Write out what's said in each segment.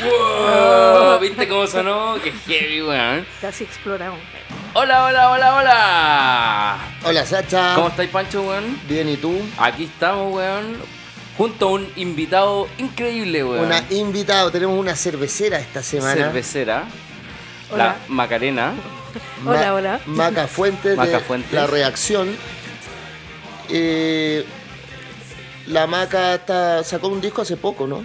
¡Wow! ¿Viste cómo sonó? ¡Qué heavy, weón! Casi exploramos. ¡Hola, hola, hola, hola! Hola Sacha. ¿Cómo estáis, Pancho, weón? Bien, ¿y tú? Aquí estamos, weón. Junto a un invitado increíble, weón. Una invitada, tenemos una cervecera esta semana. cervecera. Hola. La Macarena. Ma- Hola, hola. Maca Fuentes, Maca de Fuentes. La Reacción. Eh, la Maca está- sacó un disco hace poco, ¿no?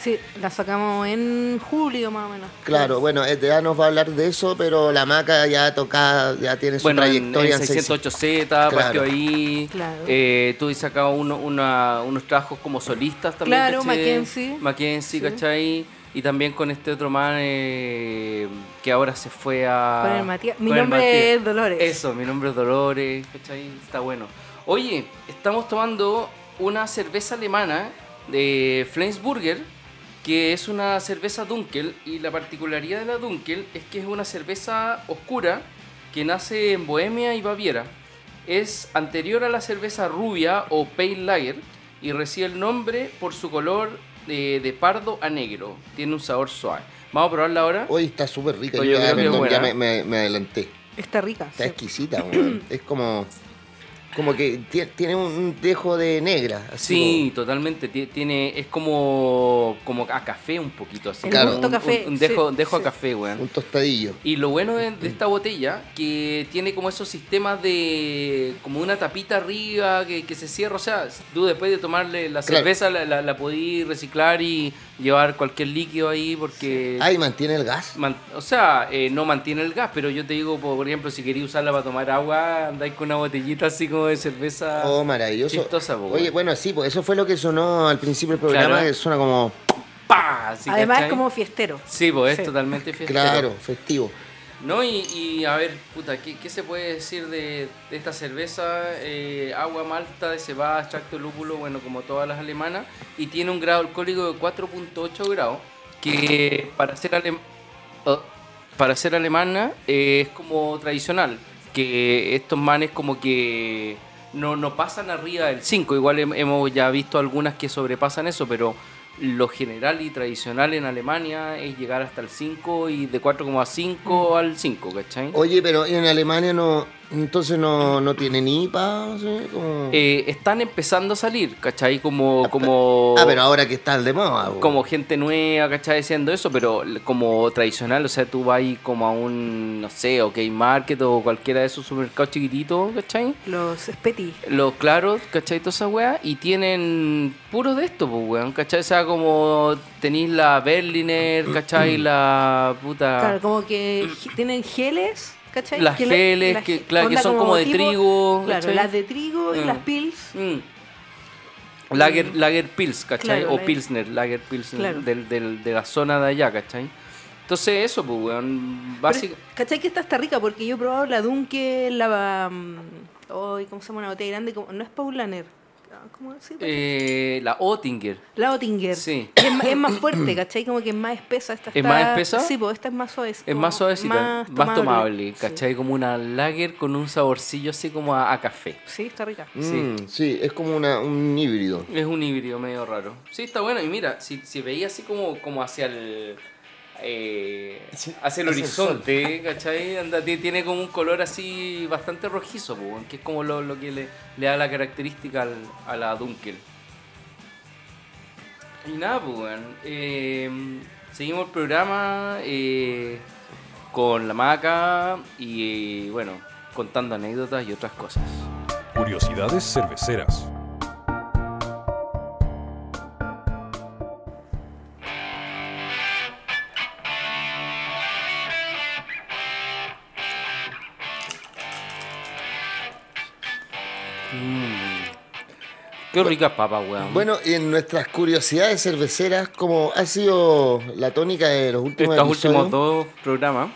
Sí, la sacamos en julio más o menos. Claro, bueno, eh, ya nos va a hablar de eso, pero la Maca ya toca, ya tiene su Bueno, en, trayectoria. en 608Z, Claro. partió ahí. Claro. Eh, tú dices acá uno- una- unos trabajos como solistas también. Claro, ¿cachai? Mackenzie. Mackenzie, Sí. ¿cachai? Y también con este otro man eh, que ahora se fue a. Con el Matías. Mi con el nombre Matías. es Dolores. Eso, mi nombre es Dolores, ¿cachai? Está bueno. Oye, estamos tomando una cerveza alemana de Flensburger, que es una cerveza Dunkel, y la particularidad de la Dunkel es que es una cerveza oscura que nace en Bohemia y Baviera. Es anterior a la cerveza rubia o Pale Lager y recibe el nombre por su color de, de pardo a negro. Tiene un sabor suave. Vamos a probarla ahora. Hoy está súper rica. Oye, yo Yo ya, creo que es perdón, ya buena. me, me- me adelanté. Está rica. Está sí. exquisita, weón. es como, como que tie- tiene un dejo de negra. así Sí, totalmente. Ti- Tiene, es como, como a café un poquito así. El como gusto un- café, un- un dejo sí, dejo a sí. café, como un weón. tostadillo. Y lo bueno de, de esta botella, que tiene como esos sistemas de. como una tapita arriba que, que se cierra. O sea, tú después de tomarle la Claro. cerveza la, la, la podí reciclar y llevar cualquier líquido ahí porque. Ay, Ah, mantiene el gas. man- o sea, eh, no mantiene el gas, pero yo te digo, por ejemplo, si quería usarla para tomar agua, andáis con una botellita así como de cerveza. Oh, maravilloso. Ah, Chistosa, po, Oye, weón. bueno, sí, pues eso fue lo que sonó al principio del programa, Claro. que suena como, ¡Pah! Así, Además es ¿cachai? como fiestero. Sí, pues Sí. es totalmente fiestero. claro, festivo. No, y, y, a ver, puta, ¿qué, qué se puede decir de, de esta cerveza? Eh, agua, malta, de cebada, extracto de lúpulo, bueno, como todas las alemanas. Y tiene un grado alcohólico de 4.8 grados, que para ser, alem- oh, para ser alemana eh, es como tradicional. Que estos manes como que no, no pasan arriba del 5. Igual hem- hemos ya visto algunas que sobrepasan eso, pero lo general y tradicional en Alemania es llegar hasta el 5 y de 4,5 al 5, ¿cachai? Mm. Oye, pero en Alemania no, entonces no, no tienen IPA, ¿sí? Como- Eh, están empezando a salir, ¿cachai? Como, como, Ah, pero ahora que están de moda. pues. po. como gente nueva, ¿cachai? Diciendo eso, pero l- como tradicional, o sea, tú vas ahí como a un, no sé, OK Market o cualquiera de esos supermercados chiquititos, ¿cachai? Los Spetty. Los claros, ¿cachai? Toda esa weá. Y tienen puros de esto, pues, weón, ¿cachai? O sea, como tenéis la Berliner, ¿cachai? La puta. Claro, como que gi- tienen geles, ¿cachai? Ah. Las le- geles, las que- ge- claro, que onda son como de trigo, Claro, ¿cachai? las de trigo y Mm. las pils. Mm. Lager, Lager Pils, ¿cachai? Claro, o Lager- Pilsner, Lager Pilsner, Claro. del, del- de la zona de allá, ¿cachai? Entonces eso, pues, weón, básico... Pero, ¿Cachai que esta está rica? Porque yo he probado la Dunkel, la... mm, Ay, ¿cómo se llama? Una botella grande. como- No es Paulaner. Ah, ¿Cómo se llama? eh, la Oettinger. La Oettinger. Sí. Y Es, ma- es más fuerte, ¿cachai? Como que es más espesa. Esta ¿Es está- más espesa? Sí, pues esta es más suave. Es más suavecita, más, tomable, sí. ¿cachai? Como una lager con un saborcillo así como a, a café. Sí. está rica. Mm, sí. es como una, un híbrido. Es un híbrido medio raro. Sí, está bueno. Y mira, si, si veía así como, como hacia el... eh, Sí, hacia el hacia el sol. horizonte, ¿cachai? Anda, ti- tiene como un color así bastante rojizo, po, que es como lo, lo que le, le da la característica al- a la Dunkel. Y nada, pues, weón. Eh, seguimos el programa eh, con la maca y, eh, bueno, contando anécdotas y otras cosas. Curiosidades cerveceras. Qué ricas papas, weón. Bueno, y en nuestras curiosidades cerveceras, como ha sido la tónica de los últimos estos episodios, últimos dos programas.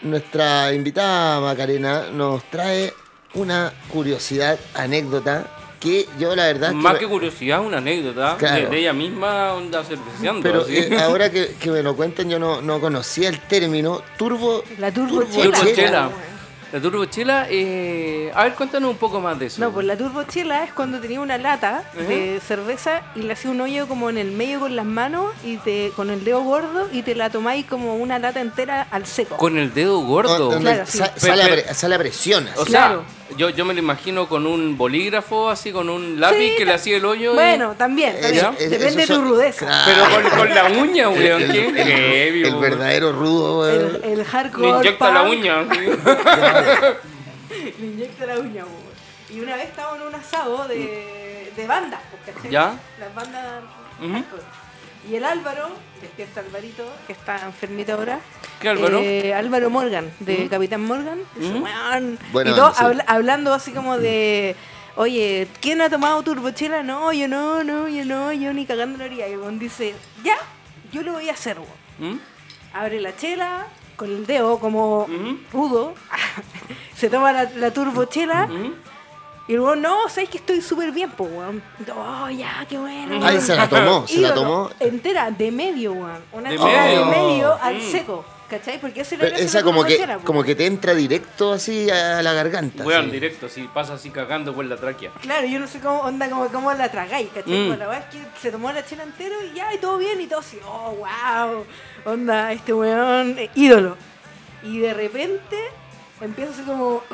nuestra invitada Macarena nos trae una curiosidad, anécdota, que yo la verdad... Más me- que curiosidad, una anécdota Claro. de, de ella misma onda cerveceando. Pero así. eh, ahora que, que me lo cuenten, yo no, no conocía el término turbo... La turbochela. Turbochela. weón. La turbochela, eh, a ver, cuéntanos un poco más de eso. No, pues la turbochela es cuando tenía una lata de cerveza y le hacía un hoyo como en el medio con las manos y te con el dedo gordo y te la tomáis como una lata entera al seco. Con el dedo gordo. donde Claro, sí. sa- Pe- sale, a pe- pre- sale a presión. así. O Claro. sea, yo, yo me lo imagino con un bolígrafo, así con un lápiz que le hacía el hoyo. y- Bueno, también. Eh, también. eh, Depende de esos tu son- rudeza. Claro. Pero con, con la uña, weón. Ah. el, qué el- heavy, el weón. verdadero rudo, weón. El, el Le hardcore. inyecta la punk. uña. Le inyecta la uña, weón. Y una vez estaba en un asado de, de bandas, pues, ¿cachai? Mm. Ya. Las bandas Ujú. hardcore. Y el Álvaro, despierta Alvarito, que está enfermito ahora. ¿Qué Álvaro? Eh, Álvaro Morgan, de Capitán Morgan. Dice, "Weón". Buena y todos onda, sí. habla- hablando así como de. Oye, ¿quién ha tomado turbochela? No, yo no, no, yo no, yo ni cagando lo haría. Y el weón dice, ya, yo lo voy a hacer, weón". ¿Mm? Abre la chela con el dedo como Ujú. rudo. se toma la, la turbochela. ¿Mm? Y luego, no, sabes que estoy súper bien, po, weón. Oh, ya, qué bueno. Ay, se la tomó, se la Ídolo, tomó. Entera, de medio, weón. Una De chela medio. medio al Mm. seco. ¿Cachai? Porque esa pues. es la Pero gracia esa de la como que, turbochela, po. como que te entra directo así a la garganta. Weón, así. directo, si pasa así cagando por la tráquea. Claro, yo no sé cómo onda, cómo, cómo la tragáis, ¿cachai? Mm. Como La verdad es que se tomó la chela entero y ya, y todo bien, y todo así, oh, wow, onda, este weón, eh, ídolo. Y de repente empieza así como.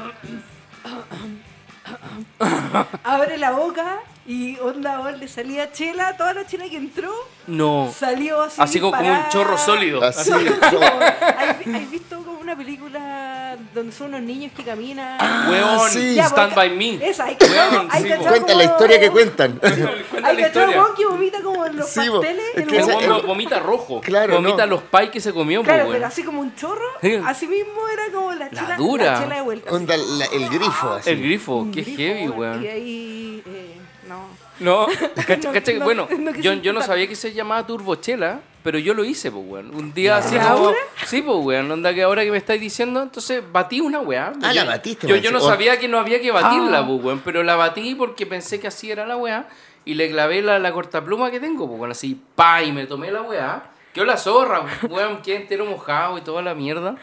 abre la boca y onda, weón, le salía chela, toda la chela que entró No. salió así. Así como, como un disparada. chorro sólido. Así. Así. Como- ¿Has vi- has visto como una película donde son unos niños que caminan? Weón, Ah, sí. Ya, stand by pues, me. Esa, hay que Weón, hay sí, que po. echar Cuenta la como- historia que cuentan. Cuenta Hay la cachado historia. weón que vomita como en los Sí, bo. pasteles. Es el que El weón- ese- bombo vomita rojo. Claro, Vomita no. los pais que se comió, claro, pues, pero weón. así como un chorro. Sí. Así mismo era como la chela, dura. la chela de vuelta. Onda la- el grifo así. El grifo, qué Dijo, heavy, Y weón. ahí. eh, no. No, cacha- No, cacha que- no, bueno, no quise yo, yo no insultar. sabía que se llamaba turbochela, pero yo lo hice, pues, weón. Un día así ¿Ahora? como... Sí, pues, weón, onda que ahora que me estáis diciendo, entonces batí una weá. Ah, Yo- la batiste, Yo, man, yo sí. no Oh. sabía que no había que batirla, Ah. pues, weón, pero la batí porque pensé que así era la weá y le clavé la, la cortapluma que tengo, pues, weón, así, pa, y me tomé la weá. Quedó la zorra, weón, quedé entero mojado y toda la mierda.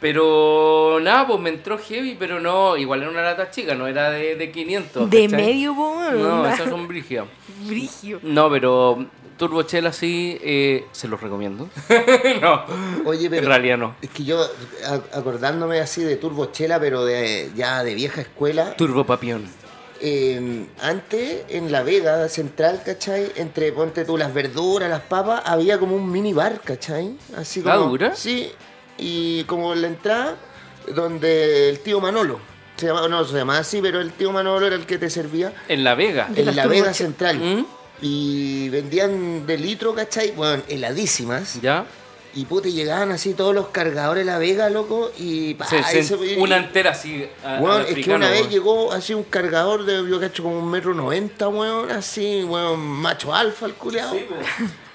Pero nada, pues me entró heavy, pero no, igual era una lata chica, no era de, de 500. De ¿cachai? medio, weón. No, onda. esas son brígidas. Brigio. No, pero Turbochela sí, eh, se los recomiendo. no, Oye, en pero realidad no. es que yo a- acordándome así de turbochela, pero de ya de vieja escuela. Turbo Papión. eh, antes en la Vega Central, ¿cachai? Entre ponte tú las verduras, las papas, había como un mini bar, ¿cachai? Así como, ¿La dura? Sí, y como la entrada donde el tío Manolo, se llamaba, no se llamaba así, pero el tío Manolo era el que te servía En La Vega. De en las la Vega turbochelas. Central. ¿Mm? Y vendían de litro, ¿cachai? Bueno, heladísimas. ¿Ya? Y puta, y llegaban así todos los cargadores de la Vega, loco, y pa, Se- ahí se- se- una entera así. a- Ah, Weón, al es que africano, una vez weón. llegó así un cargador de, yo cacho, como un metro noventa, weón, así, weón, macho alfa el culeado.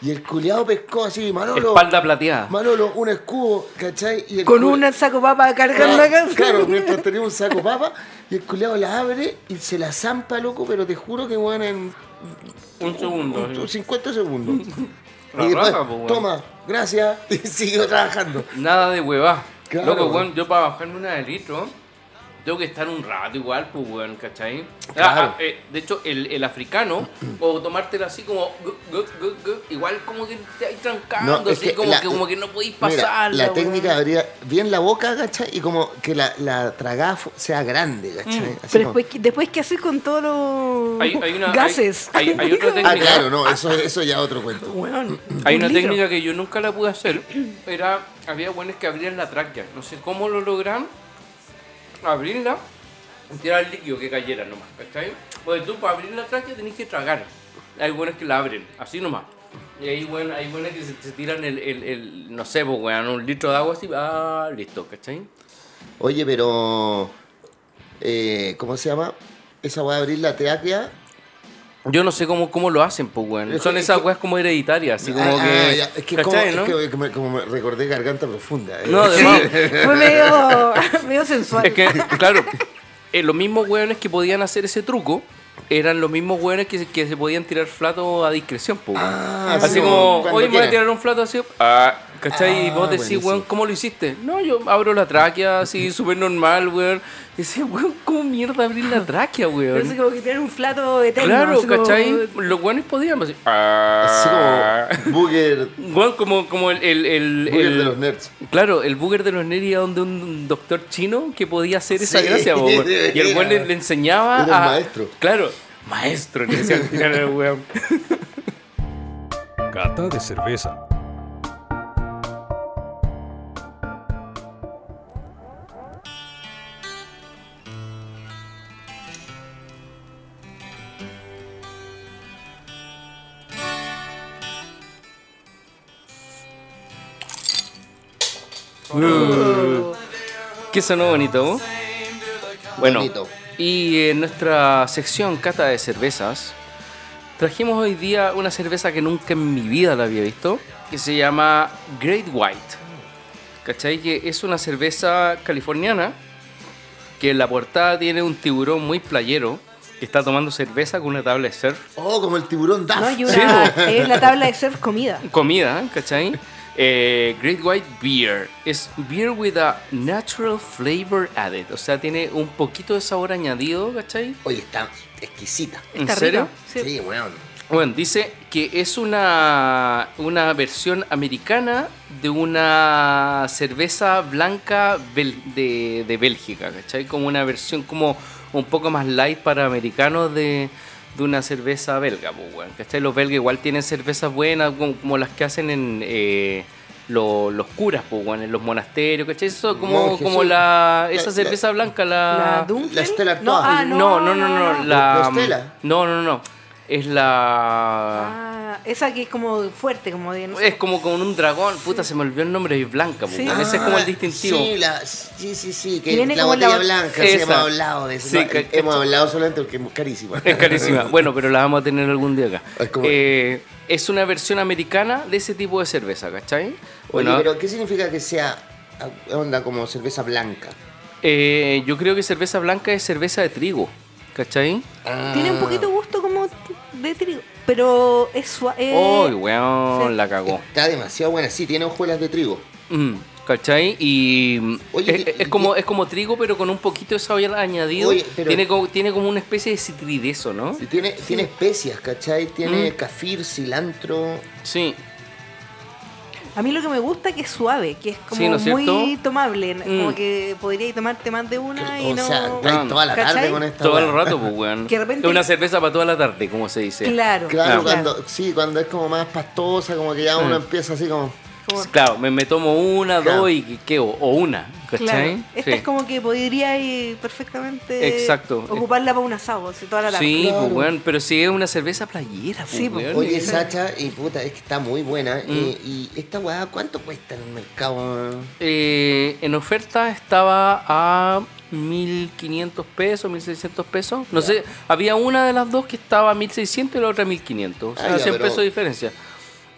y el culeado pescó así, Manolo, Espalda plateada. Manolo, un escudo, ¿cachai? Y el Con cule- un saco papa cargando acá. Claro, pues, claro, mientras tenía un saco papa, y el culeado la abre y se la zampa, loco, pero te juro que, weón, en Un segundo. un- sí. 50 segundos. La y después, raja, po, weón. toma, gracias, y siguió trabajando. Nada de hueva. Claro, Loco, weón. weón, yo para bajarme una de litro, tengo que estar un rato igual, pues, weón, ¿cachai? Ah, Claro. ah, eh, de hecho, el, el africano, o tomártelo así como, gu- gu- gu- gu, igual como que te hay trancando, No, es así que como, la- que, como que no podéis Mira, pasarla. la weón. técnica abría bien la boca, ¿cachai? Y como que la, la tragada fu- sea grande, ¿cachai? Así Mm, Pero como- después, ¿qué- después, ¿qué haces con todos los Hay- hay una- hay- gases? hay- hay otra técnica. Ah, claro, no, eso, eso ya otro cuento. Weón, Hay un una litro. técnica que yo nunca la pude hacer. Era, había buenos que abrían la tráquea. No sé cómo lo logran abrirla y tirar el líquido que cayera nomás. ¿Cachai? Pues tú para abrir la tráquea tenés que tragar. Hay buenos que la abren, así nomás. Y hay buenos, hay buenos que se, se tiran el, el- el- no sé, pues, weón, un litro de agua así, ah, listo, ¿cachai? Oye, pero. eh, ¿Cómo se llama? Esa voy a abrir la tráquea Yo no sé cómo, cómo lo hacen, pues, weón. Es Son que- esas es que- weas como hereditarias, así como Ah, que. ah, ya. Es que, como, ¿cachai, es no? que- que me- como me recordé garganta profunda. eh. No, de Sí. más. Fue medio, medio sensual. Es que, claro, eh, los mismos hueones que podían hacer ese truco eran los mismos hueones que, se- que se podían tirar flatos a discreción, po, weón. Ah, Así sí, como, cuando hoy me voy a quieran. tirar un flato así. Ah, ¿cachai? y Ah, vos decís, buenísimo. weón, ¿cómo lo hiciste? No, yo abro la tráquea así, súper normal, weón. Y dice, weón, ¿cómo mierda abrir la tráquea, Parece weón? como que tienen un plato eterno. Claro, así como- ¿cachai? Los hueones podían así. Así Ah. como Booger, Weón, como, como el. el, el, Booger el- de los nerds. Claro, el booger de los nerds era donde un doctor chino que podía hacer esa Sí, gracia, po, weón. Y el weón le, era. le enseñaba Era un a- maestro. Claro, maestro, le decía al final al weón. Cata de cerveza. Que sonó bonito, ¿no? Bueno, Bonito. y en nuestra sección cata de cervezas, trajimos hoy día una cerveza que nunca en mi vida la había visto, que se llama Great White. ¿Cachai? Que es una cerveza californiana que en la portada tiene un tiburón muy playero que está tomando cerveza con una tabla de surf. Oh, como el tiburón Duff. No, y Sí, una, es la tabla de surf comida. comida, ¿cachai? Eh, Great White Beer. Es beer with a natural flavor added. O sea, tiene un poquito de sabor añadido, ¿cachai? Oye, está exquisita. ¿En Está serio? rica. Sí. Sí, weón. Bueno, dice que es una, una versión americana de una cerveza blanca bel- de, de Bélgica, ¿cachai? Como una versión como un poco más light para americanos de, de una cerveza belga, pues, weón, ¿cachai? Los belgas igual tienen cervezas buenas, como, como las que hacen en eh, lo- los curas, pues, weón, en los monasterios, ¿cachai? Eso es como, Monjes, como sí. la, esa La- cerveza blanca, La Ah, la... Dunkel. la Stella no, Artois. ah, no, no, no, no, no, la... ¿La Stella? No, no, no, es la... Ah, esa que es como fuerte, como de. no sé. Es como con un dragón, puta, se me olvidó el nombre, es blanca, Sí. po, weón. ese es como el Ah, distintivo. Sí, la, sí, sí, sí, que Viene la como la botella bot- blanca, Esa. sí, hemos hablado de eso. Sí, No, que- hemos hablado solamente porque es carísima. Es carísima. Bueno, pero la vamos a tener algún día acá. Es como- Eh, es una versión americana de ese tipo de cerveza, ¿cachai? Oye, Bueno, pero ¿qué significa que sea ah, onda como cerveza blanca? eh, yo creo que cerveza blanca es cerveza de trigo, ¿cachai? Ah. Tiene un poquito gusto como de trigo, pero es eh, suave. ¡Oh, weón! sí. La cagó. Está demasiado buena, sí, tiene hojuelas de trigo. Mm, ¿Cachai? Y mm, Oye, es, y- es como, es como trigo, pero con un poquito de sabor añadido. Oye, pero- tiene, como, tiene como una especie de citridezo, ¿no? Y tiene, tiene especias, ¿cachai? Tiene Mm. cafir, cilantro. Sí. A mí lo que me gusta es que es suave, que es como Sí, ¿no es muy cierto? tomable. Mm. Ah, Como que podríais tomarte más de una y o no. sea, estáis toda la tarde ¿Cachai? con esta Todo weá. el rato, pues, weón. Que de repente- Es una cerveza para toda la tarde, como se dice. Claro, Claro. Claro, cuando, sí, cuando es como más pastosa, como que ya uno Mm. empieza así como... Como- Claro, me, me tomo una, Claro. dos y que- que- o, o una, Claro, ¿cachai? esta Sí. es como que podría ir perfectamente Exacto. ocuparla para un asado, así, toda la tarde. Sí, Claro. pues weón, pero si es una cerveza playera, pues Sí, pues. weón. Oye, Sacha, y puta, es que está muy buena. Mm. eh, Y, y esta weá, ¿cuánto cuesta en el mercado? Eh, en oferta estaba a 1500 pesos, 1600 pesos. No sé, había una de las dos que estaba a 1600 y la otra a 1500. O sea, Ah, ya, 100 pero- pesos de diferencia.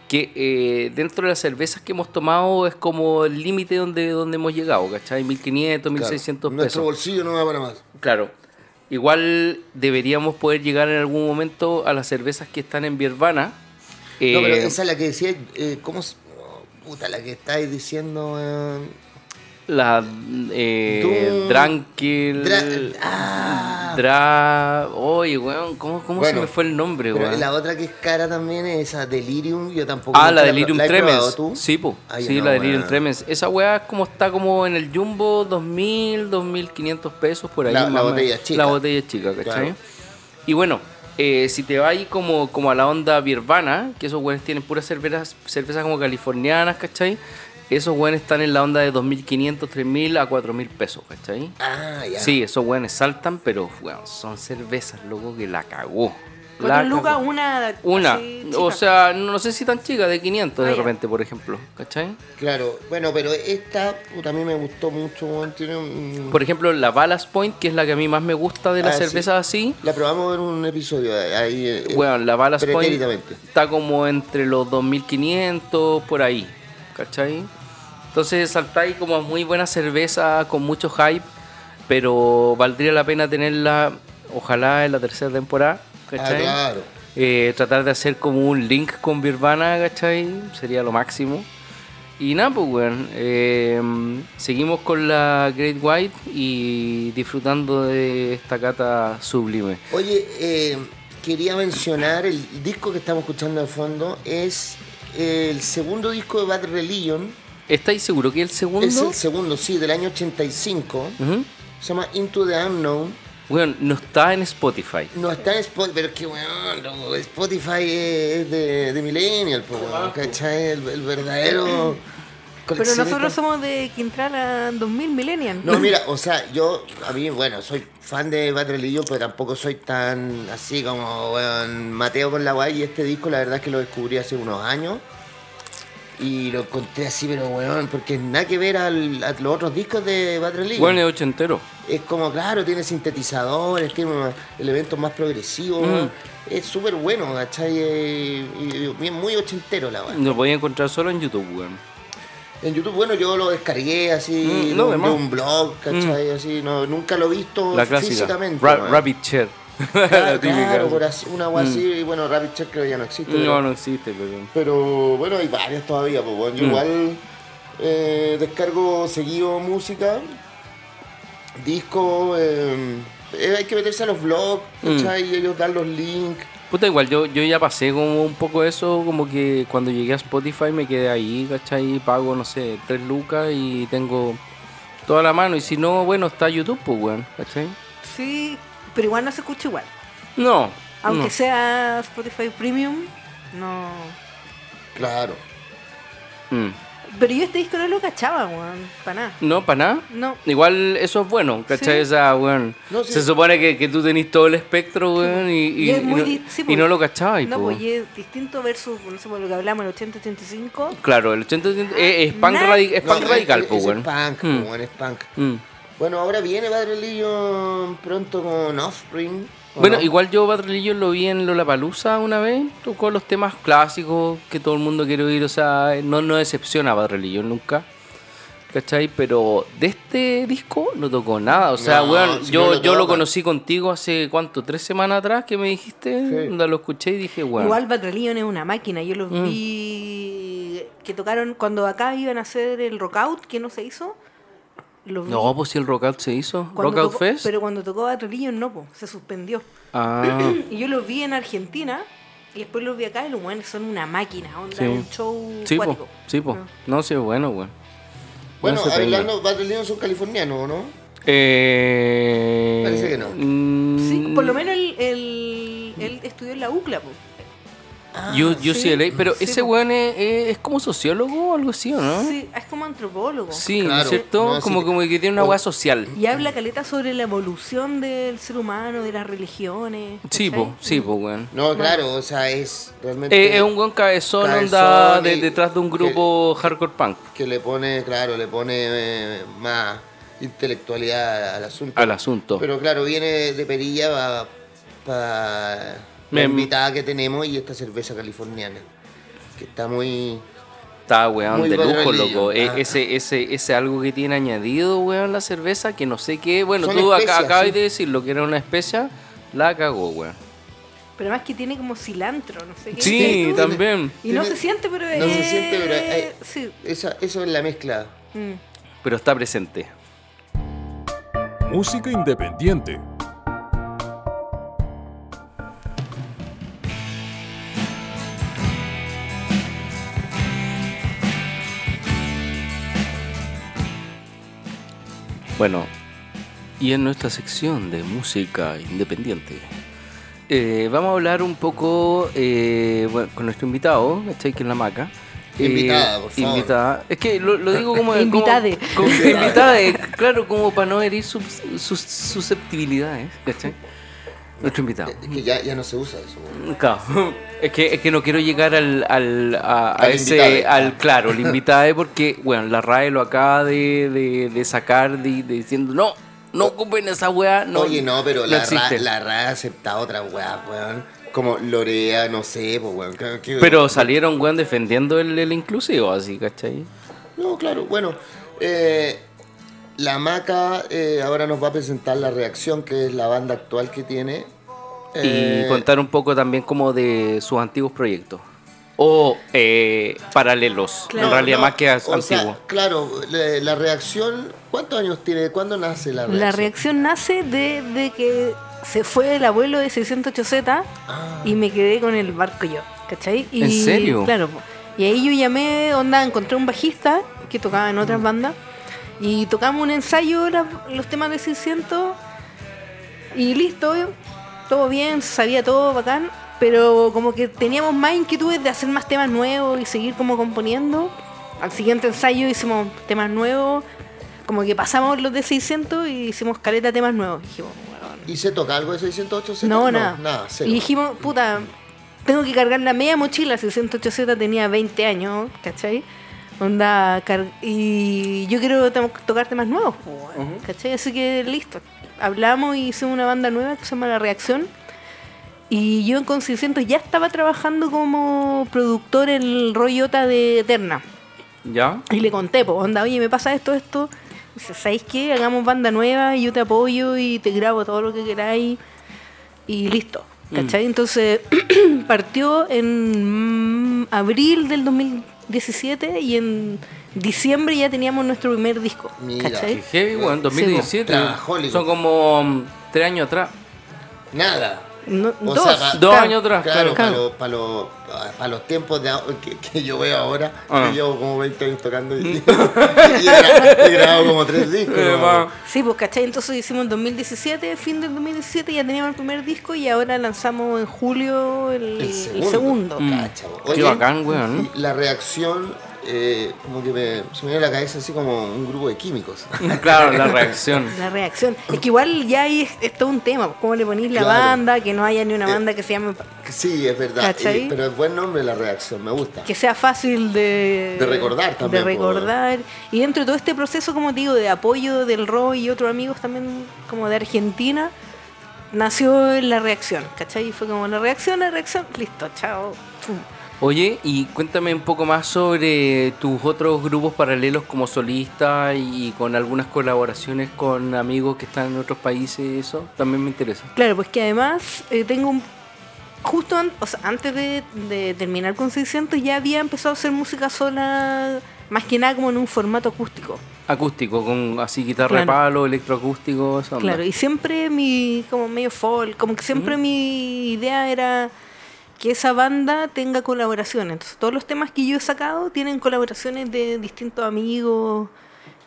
Que eh, dentro de las cervezas que hemos tomado es como el límite donde, donde hemos llegado, ¿cachai? 1500, 1600 Claro, pesos. Nuestro bolsillo no va para más. Claro. Igual deberíamos poder llegar en algún momento a las cervezas que están en Birvana. Eh, No, pero esa es la que decía, eh, ¿cómo? se- oh, puta, la que estáis diciendo, weón. La eh, Doom- Dranquil. Dra- ah. Dra- Oye, weón, ¿cómo, cómo Bueno, se me fue el nombre, Pero weón? la otra que es cara también es esa Delirium, yo tampoco... Ah, nunca la he Delirium probado. ¿La has Tremens. probado tú? Sí, po. Ah, yo sí, no, la Delirium weón. Tremens. Esa weá es como está como en el Jumbo, 2000, 2500 pesos por ahí. La- la más o menos. botella chica. La botella chica, ¿cachai? Claro. Y bueno, eh, si te vas ahí como, como a la onda birvana, que esos weones tienen puras cervezas, cervezas como californianas, ¿cachai? Esos weones están en la onda de 2500, 3000 a 4000 pesos, ¿cachai? Ah, ya. Sí, esos weones saltan, pero weón, son cervezas, loco, que la cagó. Cuatro La- lucas, una. Una. así, chica. o sea, no sé si tan chica, de 500 Ah, de ya. repente, por ejemplo. ¿Cachai? Claro, bueno, pero esta puta, a mí me gustó mucho, weón, tiene un... Por ejemplo, la Ballast Point, que es la que a mí más me gusta de las Ah, sí. cervezas así. La probamos en un episodio ahí. eh, Bueno, la Ballast Point pretéricamente. está como entre los 2500, por ahí, ¿cachai? Entonces saltáis como a muy buena cerveza, con mucho hype, pero valdría la pena tenerla, ojalá en la tercera temporada, Ah, ¿cachai? claro. Eh, tratar de hacer como un link con Birvana, ¿cachai? Sería lo máximo. Y nada, pues, weón. eh, seguimos con la Great White y disfrutando de esta cata sublime. Oye, eh, quería mencionar el disco que estamos escuchando de fondo es el segundo disco de Bad Religion. ¿Estáis seguros que el segundo? Es el segundo, sí, del año 85. Ujú. Se llama Into the Unknown. Weón, no está en Spotify. No está en Spotify, pero que weón, loco, Spotify es, es de, de Millennial, po, weón, ¿cachai? El, el verdadero. Pero coleccionista. nosotros somos de Quintrala 2000 Millennial. No, mira, o sea, yo, a mí, bueno, soy fan de Bad Religion, pero tampoco soy tan así como, weón, Mateo con la guay. Y este disco, la verdad es que lo descubrí hace unos años. Y lo encontré así, pero weón, porque es nada que ver al- a los otros discos de Bad Religion. Bueno, es ochentero. Es como, claro, tiene sintetizadores, tiene unos elementos más progresivos. Es súper bueno, ¿cachai? Eh, y- y bien- muy ochentero la weón. Lo podía encontrar solo en YouTube, weón. En YouTube, bueno, yo lo descargué así Mm, no, de, un- de además. un blog, ¿cachai? Así, no, nunca lo he visto La clásica. físicamente. Ra- weón. Rabbit Chair. Claro, La claro, típica. Mm. por así- una agua así, y bueno, Rabbit Check creo que ya no existe. No, pero, no Mm. existe, pero. pero, bueno, hay varias todavía, pues bueno, yo igual eh, descargo seguido música, disco, eh, eh, hay que meterse a los blogs, Mm. ¿cachai? Y ellos dan los links. Puta, igual, yo, yo ya pasé como un poco eso, como que cuando llegué a Spotify me quedé ahí, ¿cachai? Pago, no sé, tres lucas y tengo toda la mano. Y si no, bueno, está YouTube, pues, weón, ¿cachai? Sí, pero igual no se escucha igual. No. Aunque no. sea Spotify Premium, no. Claro. Mm. Pero yo este disco no lo cachaba, weón, para nada. No, para nada. No. Igual eso es bueno, ¿cachai? Sí. O sea, weón, No, sí. Se supone que, que tú tenés todo el espectro, weón, y, y, es y muy no, di- sí, y pues, no lo cachabas. No, pues y es distinto versus, no sé, por lo que hablamos, el 80-85. Claro, el 80 es, es punk, Nada. radi- es No, punk radical, es- pues, es weón. punk, Mm. pues, bueno, es punk. Mm. Bueno, ahora viene Padre Lillo pronto con Offspring. ¿o Bueno, no? igual yo Patrulillo lo vi en Lollapalooza una vez, tocó los temas clásicos que todo el mundo quiere oír, o sea, no, no decepciona Patrulillo nunca. ¿Cachai? Pero de este disco no tocó nada. O sea, No, weón, si no yo, lo yo lo toca. conocí contigo hace cuánto, tres semanas atrás que me dijiste, Sí. onda, lo escuché y dije, weón. Igual Bad Religion es una máquina, yo Mm. los vi que tocaron cuando acá iban a hacer el rockout, que no se hizo. Los vi No, pues si el Rockout se hizo. cuando Rockout tocó- Fest. Pero cuando tocó Bad Religion no, po, se suspendió. Ah, Y yo los vi en Argentina y después los vi acá y los buenos son una máquina, onda, Sí. un show sí, po. cuático. Ah. Sí, po. No, sí, bueno, weón. bueno No se hablando, Bad Religion son californianos, ¿o ¿no? Eh, Parece que no. mm, Sí, por lo menos él, él- él estudió en la UCLA, po. Ah, U- UCLA, pero Ah, Sí, ese po. weón es, es- es como sociólogo o algo así, ¿o no? Sí, Sí, es como antropólogo. ¿no Claro. es ¿cierto? No, como, sí. como que tiene una O- weá social. Y habla caleta sobre la evolución del ser humano, de las religiones. Sí, ¿cachai? po, sí, po, weón. No, claro, o sea, es realmente. Eh, es un weón cabezón, Cabezón onda de- y- detrás de un grupo hardcore punk Que le pone, claro, le pone eh, más intelectualidad al asunto. al asunto. Pero claro, viene de Perilla para la Me- invitada que tenemos y esta cerveza californiana. Que está muy. Está, weón, Muy de lujo, barberillo. loco. E- Ah. ese, ese, ese algo que tiene añadido, weón, la cerveza, que no sé qué. Bueno, Son tú acá- especias, acabas sí. de decir lo que era una especia, la cagó, weón. Pero más que tiene como cilantro, no sé qué. Sí, ¿tú? también. Y no Tiene- se siente, pero No se es- siente, pero. eh, Sí. esa- eso es la mezcla. Mm. Pero está presente. Música independiente. Bueno, y en nuestra sección de música independiente, eh, vamos a hablar un poco eh, bueno, con nuestro invitado, ¿cachai? Que es la maca. Eh, Invitada, por favor. Invitada. Es que lo, lo digo como. como- Invitade. como- eh, invitade, claro, como para no herir sus, sus- susceptibilidades, ¿cachai? Nuestro invitado. Es que ya, ya no se usa eso. weón. Claro. Es que, es que no quiero llegar al, al- a, a Al ese, invitado. eh. Ah. al claro, el invitado, eh, porque, bueno, la RAE lo acaba de, de- de sacar de, de diciendo, no, no ocupen esa weá, no. Oye, no, pero la, ra, existe". la RAE ha aceptado otra weá, weón. Como Lorea, no sé, pues, weón. que- que- Pero salieron, weón, defendiendo el, el inclusivo, así, ¿cachai? No, claro, bueno. eh, la Maca eh, ahora nos va a presentar La Reacción, que es la banda actual que tiene. Eh, Y contar un poco también como de sus antiguos proyectos. O eh, paralelos, Claro. en realidad no, más que as- o sea, antiguo. claro, le- la reacción, ¿cuántos años tiene? ¿Cuándo nace la reacción? La reacción nace de, de que se fue el abuelo de 608Z Ah, y me quedé con el barco yo, ¿cachai? Y, ¿En serio? Claro. po. Y ahí yo llamé, onda, encontré un bajista que tocaba en Mm. otras bandas y tocamos un ensayo, la- los temas de 600 y listo, todo bien, sabía todo, bacán, pero como que teníamos más inquietudes de hacer más temas nuevos y seguir como componiendo. Al siguiente ensayo hicimos temas nuevos, como que pasamos los de 600 y hicimos caleta temas nuevos. Dijimos, "Weón, ¿Y se toca algo de 608? Z? no, nada. Nada, cero. y dijimos, puta, tengo que cargar la media mochila. 608Z tenía 20 años, ¿cachai? Onda, car- y yo quiero to- tocar temas nuevos, po, weón, ¿cachai? Así que listo. Hablamos y hicimos una banda nueva que se llama La Reacción. Y yo con 600 ya estaba trabajando como productor en el Royota de Eterna. ¿Ya? Y le conté, pues, onda, oye, me pasa esto, esto. Dice, ¿sabéis qué? Hagamos banda nueva y yo te apoyo y te grabo todo lo que queráis. Y listo. Mm. ¿Cachai? Entonces partió en mm, abril del 2017 y en diciembre ya teníamos nuestro primer disco. Mira, ¿Cachai? Qué heavy, eh, weón, 2017. Trabajólico. Son como mm, tres años atrás. Nada. No, O dos. sea, pa- Dos Claro. años atrás, claro. Claro, para los, para los, para los tiempos de, ahora- que, que yo veo ahora, Ah. Mm. que llevo como 20 años tocando y, y he gra- he grabado como tres discos. Eh, ¿no? va. Sí, pues, ¿cachai? Entonces hicimos en 2017, fin del 2017 ya teníamos el primer disco y ahora lanzamos en julio el, El el segundo. segundo. Mm. Cacha, bo. Qué Oye, bacán, weón. La reacción, eh, como que me, se me dio la cabeza así como un grupo de químicos. Claro, la reacción. La reacción. Es que igual ya ahí es, es todo un tema. pues, ¿Cómo le ponéis la Claro. banda? Que no haya ni una Eh, banda que se llame. sí, es verdad. ¿Cachai? eh, pero es buen nombre la reacción, me gusta. Que sea fácil de. De recordar también, pues. De po, recordar. Y dentro de todo este proceso, como te digo, de apoyo del Roy y otros amigos también, como de Argentina, nació la reacción. ¿Cachai? Y fue como la reacción, la reacción. Listo, chao. Pum. Oye, y cuéntame un poco más sobre tus otros grupos paralelos como solista y con algunas colaboraciones con amigos que están en otros países y eso. También me interesa. Claro, pues que además eh, tengo un... Justo an- o sea, antes de, de terminar con 600 ya había empezado a hacer música sola, más que nada como en un formato acústico. Acústico, con así guitarra de Claro. palo, electroacústico, esa onda. Claro, y siempre mi, como medio folk, como que siempre mi idea era que esa banda tenga colaboraciones. Entonces, todos los temas que yo he sacado tienen colaboraciones de distintos amigos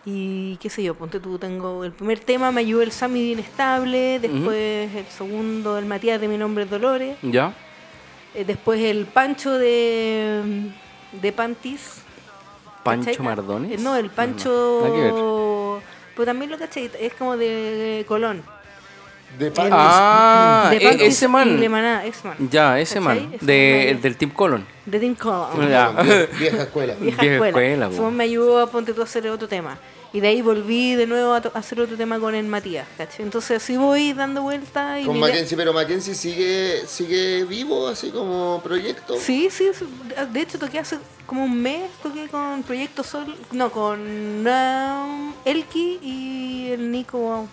y qué sé yo, ponte tú, tengo el primer tema, me ayudó el Sammy de Inestable, después el segundo, el Matías de Mi Nombre es Dolores, ¿Ya? eh, después el Pancho de, de Pantis. ¿Pancho ¿cachai? Mardones? Eh, No, el No, nada que ver. Pancho... Pero también lo cachai, es como de Colón. De pan- Ah, de e- Pantis ese man. y de Maná, ese man. Ya, ese ¿Cachai? man. Ese de- man. el del Team Colon. De Tim Collins. Ya. Vie- Vieja escuela. Vieja vieja escuela. escuela, po. Ese man me ayudó a ponte tú a hacer otro tema. Y de ahí volví de nuevo a, to- a hacer otro tema con el Matías, ¿cachai? Entonces así voy dando vueltas y Con mi idea- Mackenzie, pero Mackenzie sigue, sigue vivo así como proyecto. Sí, sí, sí. de hecho toqué hace como un mes, toqué con Proyecto Sol, no, con um, Elki y el Nico,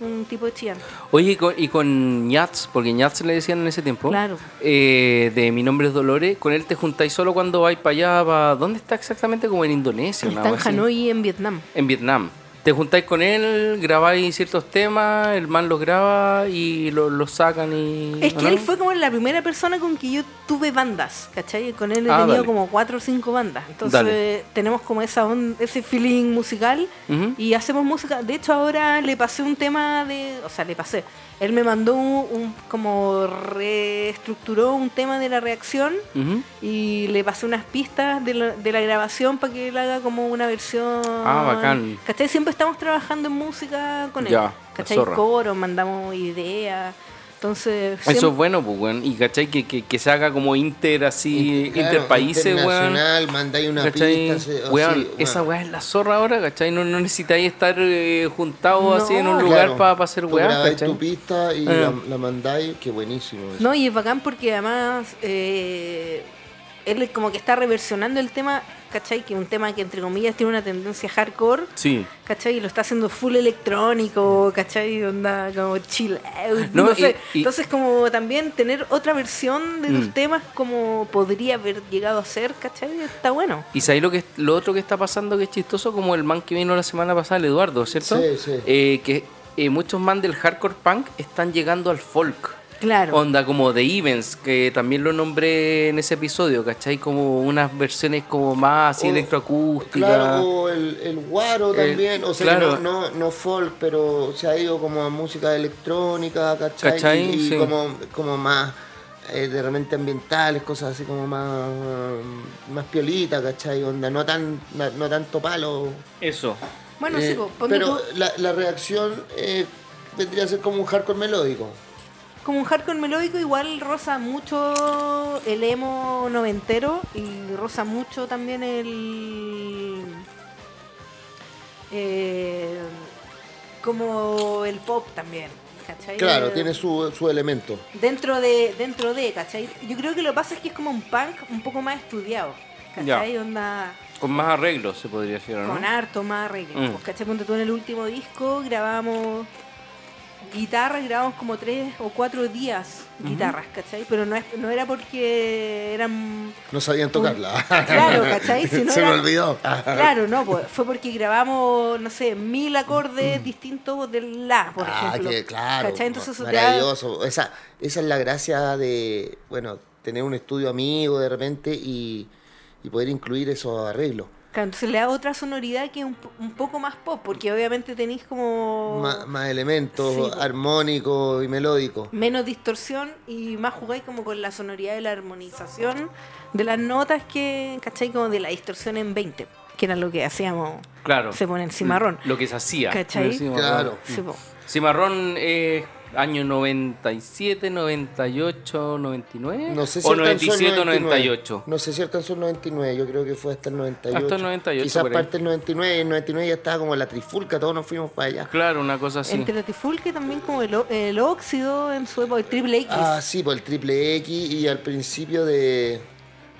un tipo de chillán. Oye, y con, y con Ñats, porque Ñats le decían en ese tiempo. Claro. eh, de Mi Nombre es Dolores. Con él te juntáis solo cuando vais para allá. pa- ¿Dónde está exactamente? Como en Indonesia. una Está en wea así. Hanoi, en Vietnam. En Vietnam. Te juntáis con él, grabáis ciertos temas, el man los graba y lo- los sacan y... Es que ¿no? él fue como la primera persona con que yo tuve bandas, ¿cachai? Con él he Ah, tenido dale. como cuatro o cinco bandas. Entonces Dale. tenemos como esa on- ese feeling musical Ujú. y hacemos música. De hecho ahora le pasé un tema de... O sea, le pasé. Él me mandó un, un- como reestructuró un tema de la reacción Ujú. y le pasé unas pistas de la, de la grabación para que él haga como una versión. Ah, bacán. ¿Cachai? Siempre estamos trabajando en música con él. Ya, ¿Cachai? zorra. Coro, mandamos ideas. Entonces, Eso siempre- es bueno, pues, weón. Y cachai, que, que, que se haga como inter, así, Claro, interpaíses, weón. internacional, mandáis una ¿Cachai? pista. se- o Weón, sí, esa weón. weá es la zorra ahora, ¿cachai? No, no necesitáis estar eh, juntados No, así en un claro. lugar para hacer Tú weá, grabáis ¿cachai? tu pista y Ah. la, la mandáis, que buenísimo. eso. No, y es bacán porque además eh, él como que está reversionando el tema, ¿cachai? Que un tema que entre comillas tiene una tendencia hardcore, Sí. ¿cachai? Y lo está haciendo full electrónico, ¿cachai? Onda como chill out, No, no y- sé. y- Entonces como también tener otra versión de los Mm. temas como podría haber llegado a ser, ¿cachai? Está bueno. Y sabéis lo que lo otro que está pasando que es chistoso, como el man que vino la semana pasada, el Eduardo, ¿cierto? Sí, sí. Eh, que eh, muchos man del hardcore punk están llegando al folk. Claro. Onda como The Events, que también lo nombré en ese episodio, ¿cachai? Como unas versiones como más así O- electroacústicas. Oh, Claro, oh. o el, el guaro El- también, o sea, claro. no, no, no folk, pero se ha ido como a música electrónica, ¿cachai? ¿Cachai? Y, y Sí. como, como más, eh, de repente ambientales, cosas así como más, um, más piolita, ¿cachai? Onda, no, tan, no, no tanto palo. Eso. Bueno, Eh, sí, po, ponte pero tú la, la reacción eh, vendría a ser como un hardcore melódico. como un hardcore melódico igual roza mucho el emo noventero y roza mucho también el eh, como el pop también ¿cachai? Claro, Eh, tiene su, su elemento. dentro de dentro de ¿cachai? yo creo que lo que pasa es que es como un punk un poco más estudiado ¿cachai? onda Con más arreglos se podría decir, ¿no? con harto más arreglos. Mm. pues, ¿Cachai? Ponte tú en el último disco grabamos guitarras, grabamos como tres o cuatro días guitarras, ¿cachai? Pero no, es, no era porque eran... No sabían tocarla. Claro, ¿cachai? Si no se era- me olvidó. Claro, no, pues, fue porque grabamos, no sé, mil acordes distintos del La, por Mm. ah, ejemplo. que claro. ¿Cachai? Entonces eso te da- maravilloso. Esa, esa es la gracia de, bueno, tener un estudio amigo de repente y, y poder incluir esos arreglos. claro, entonces le da otra sonoridad que es un, po- un poco más pop, porque obviamente tenéis como... Má- más elementos Oh. Sí, po. armónicos y melódicos. menos distorsión y más jugáis como con la sonoridad de la armonización de las notas que, ¿cachai? Como de la distorsión en 20, que era lo que hacíamos. Claro. Se pone el cimarrón. Lo que se hacía. ¿Cachai? El cimarrón. Claro. Sí, po. Cimarrón eh, año 97, 98, 99. No sé si o alcanzó 97 el o 98. No sé si alcanzó el 99, yo creo que fue hasta el 98. Hasta el 98, Quizás por ahí. parte del 99, y el 99 ya estaba como la trifulca, todos nos fuimos para allá. Claro, una cosa así. Entre la tifulca y también como el, o- el óxido en su época, el triple X. Ah, sí, por el triple X y al principio de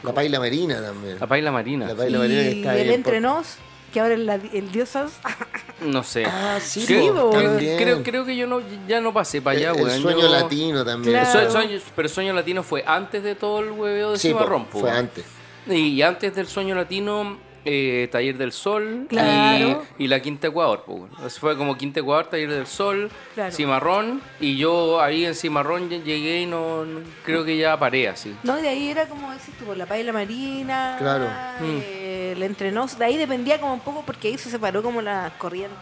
la paila marina también. La Paila Marina. La y Paila Marina que está ahí el en entre nos, que ahora es la- el diosas. No sé. Ah, sí, Sí, po, po, también. Creo, creo que yo no, ya no pasé para allá, el, weón. el sueño Yo- latino también. Claro. El sue- sueño- pero Sueño Latino fue antes de todo el hueveo de Sí, po, Cimarrón, po, fue weón. antes. Y, y antes del Sueño Latino, eh, Taller del Sol Claro. y, y la Quinta Ecuador. po, weón. Eso fue como Quinta Ecuador, Taller del Sol, Claro. Cimarrón. Y yo ahí en Cimarrón ya llegué y no, no- creo que ya paré así. No, de ahí era como decís tú, por la paella marina, Claro. eh, el entre nos. De ahí dependía como un poco porque ahí se separó como la corriente.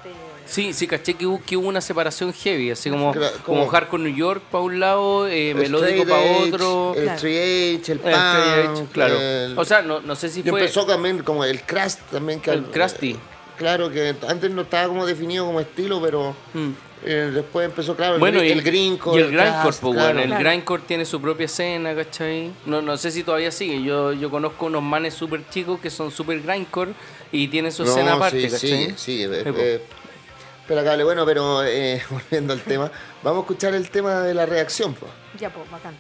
Sí, sí, caché que hubo, que hubo una separación heavy, así como, Claro, como, como- hardcore New York para un lado, eh, melódico Straight para Edge, otro. El Claro. Straight Edge, el Eh, Straight Punk. Edge, claro. el- O sea, no, no sé si y fue. empezó también como el Crust también. Que eh, El Krusty. Claro, que antes no estaba como definido como estilo, pero Mm. eh, después empezó, claro, el, Bueno, gr- y el Grindcore. Y el Grindcore, crust, pues, claro. weón, El Claro. Grindcore tiene su propia escena, ¿cachai? No, no sé si todavía sigue. Yo, yo conozco unos manes súper chicos que son súper Grindcore y tienen su escena No, aparte, sí, ¿cachai? sigue, sigue. Sí, po. eh, pero acá, bueno, pero eh, volviendo al tema, vamos a escuchar el tema de la reacción, pues. Ya, pues, bacán.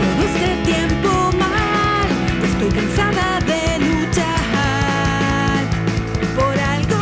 Todo este tiempo mal, estoy cansada de luchar por algo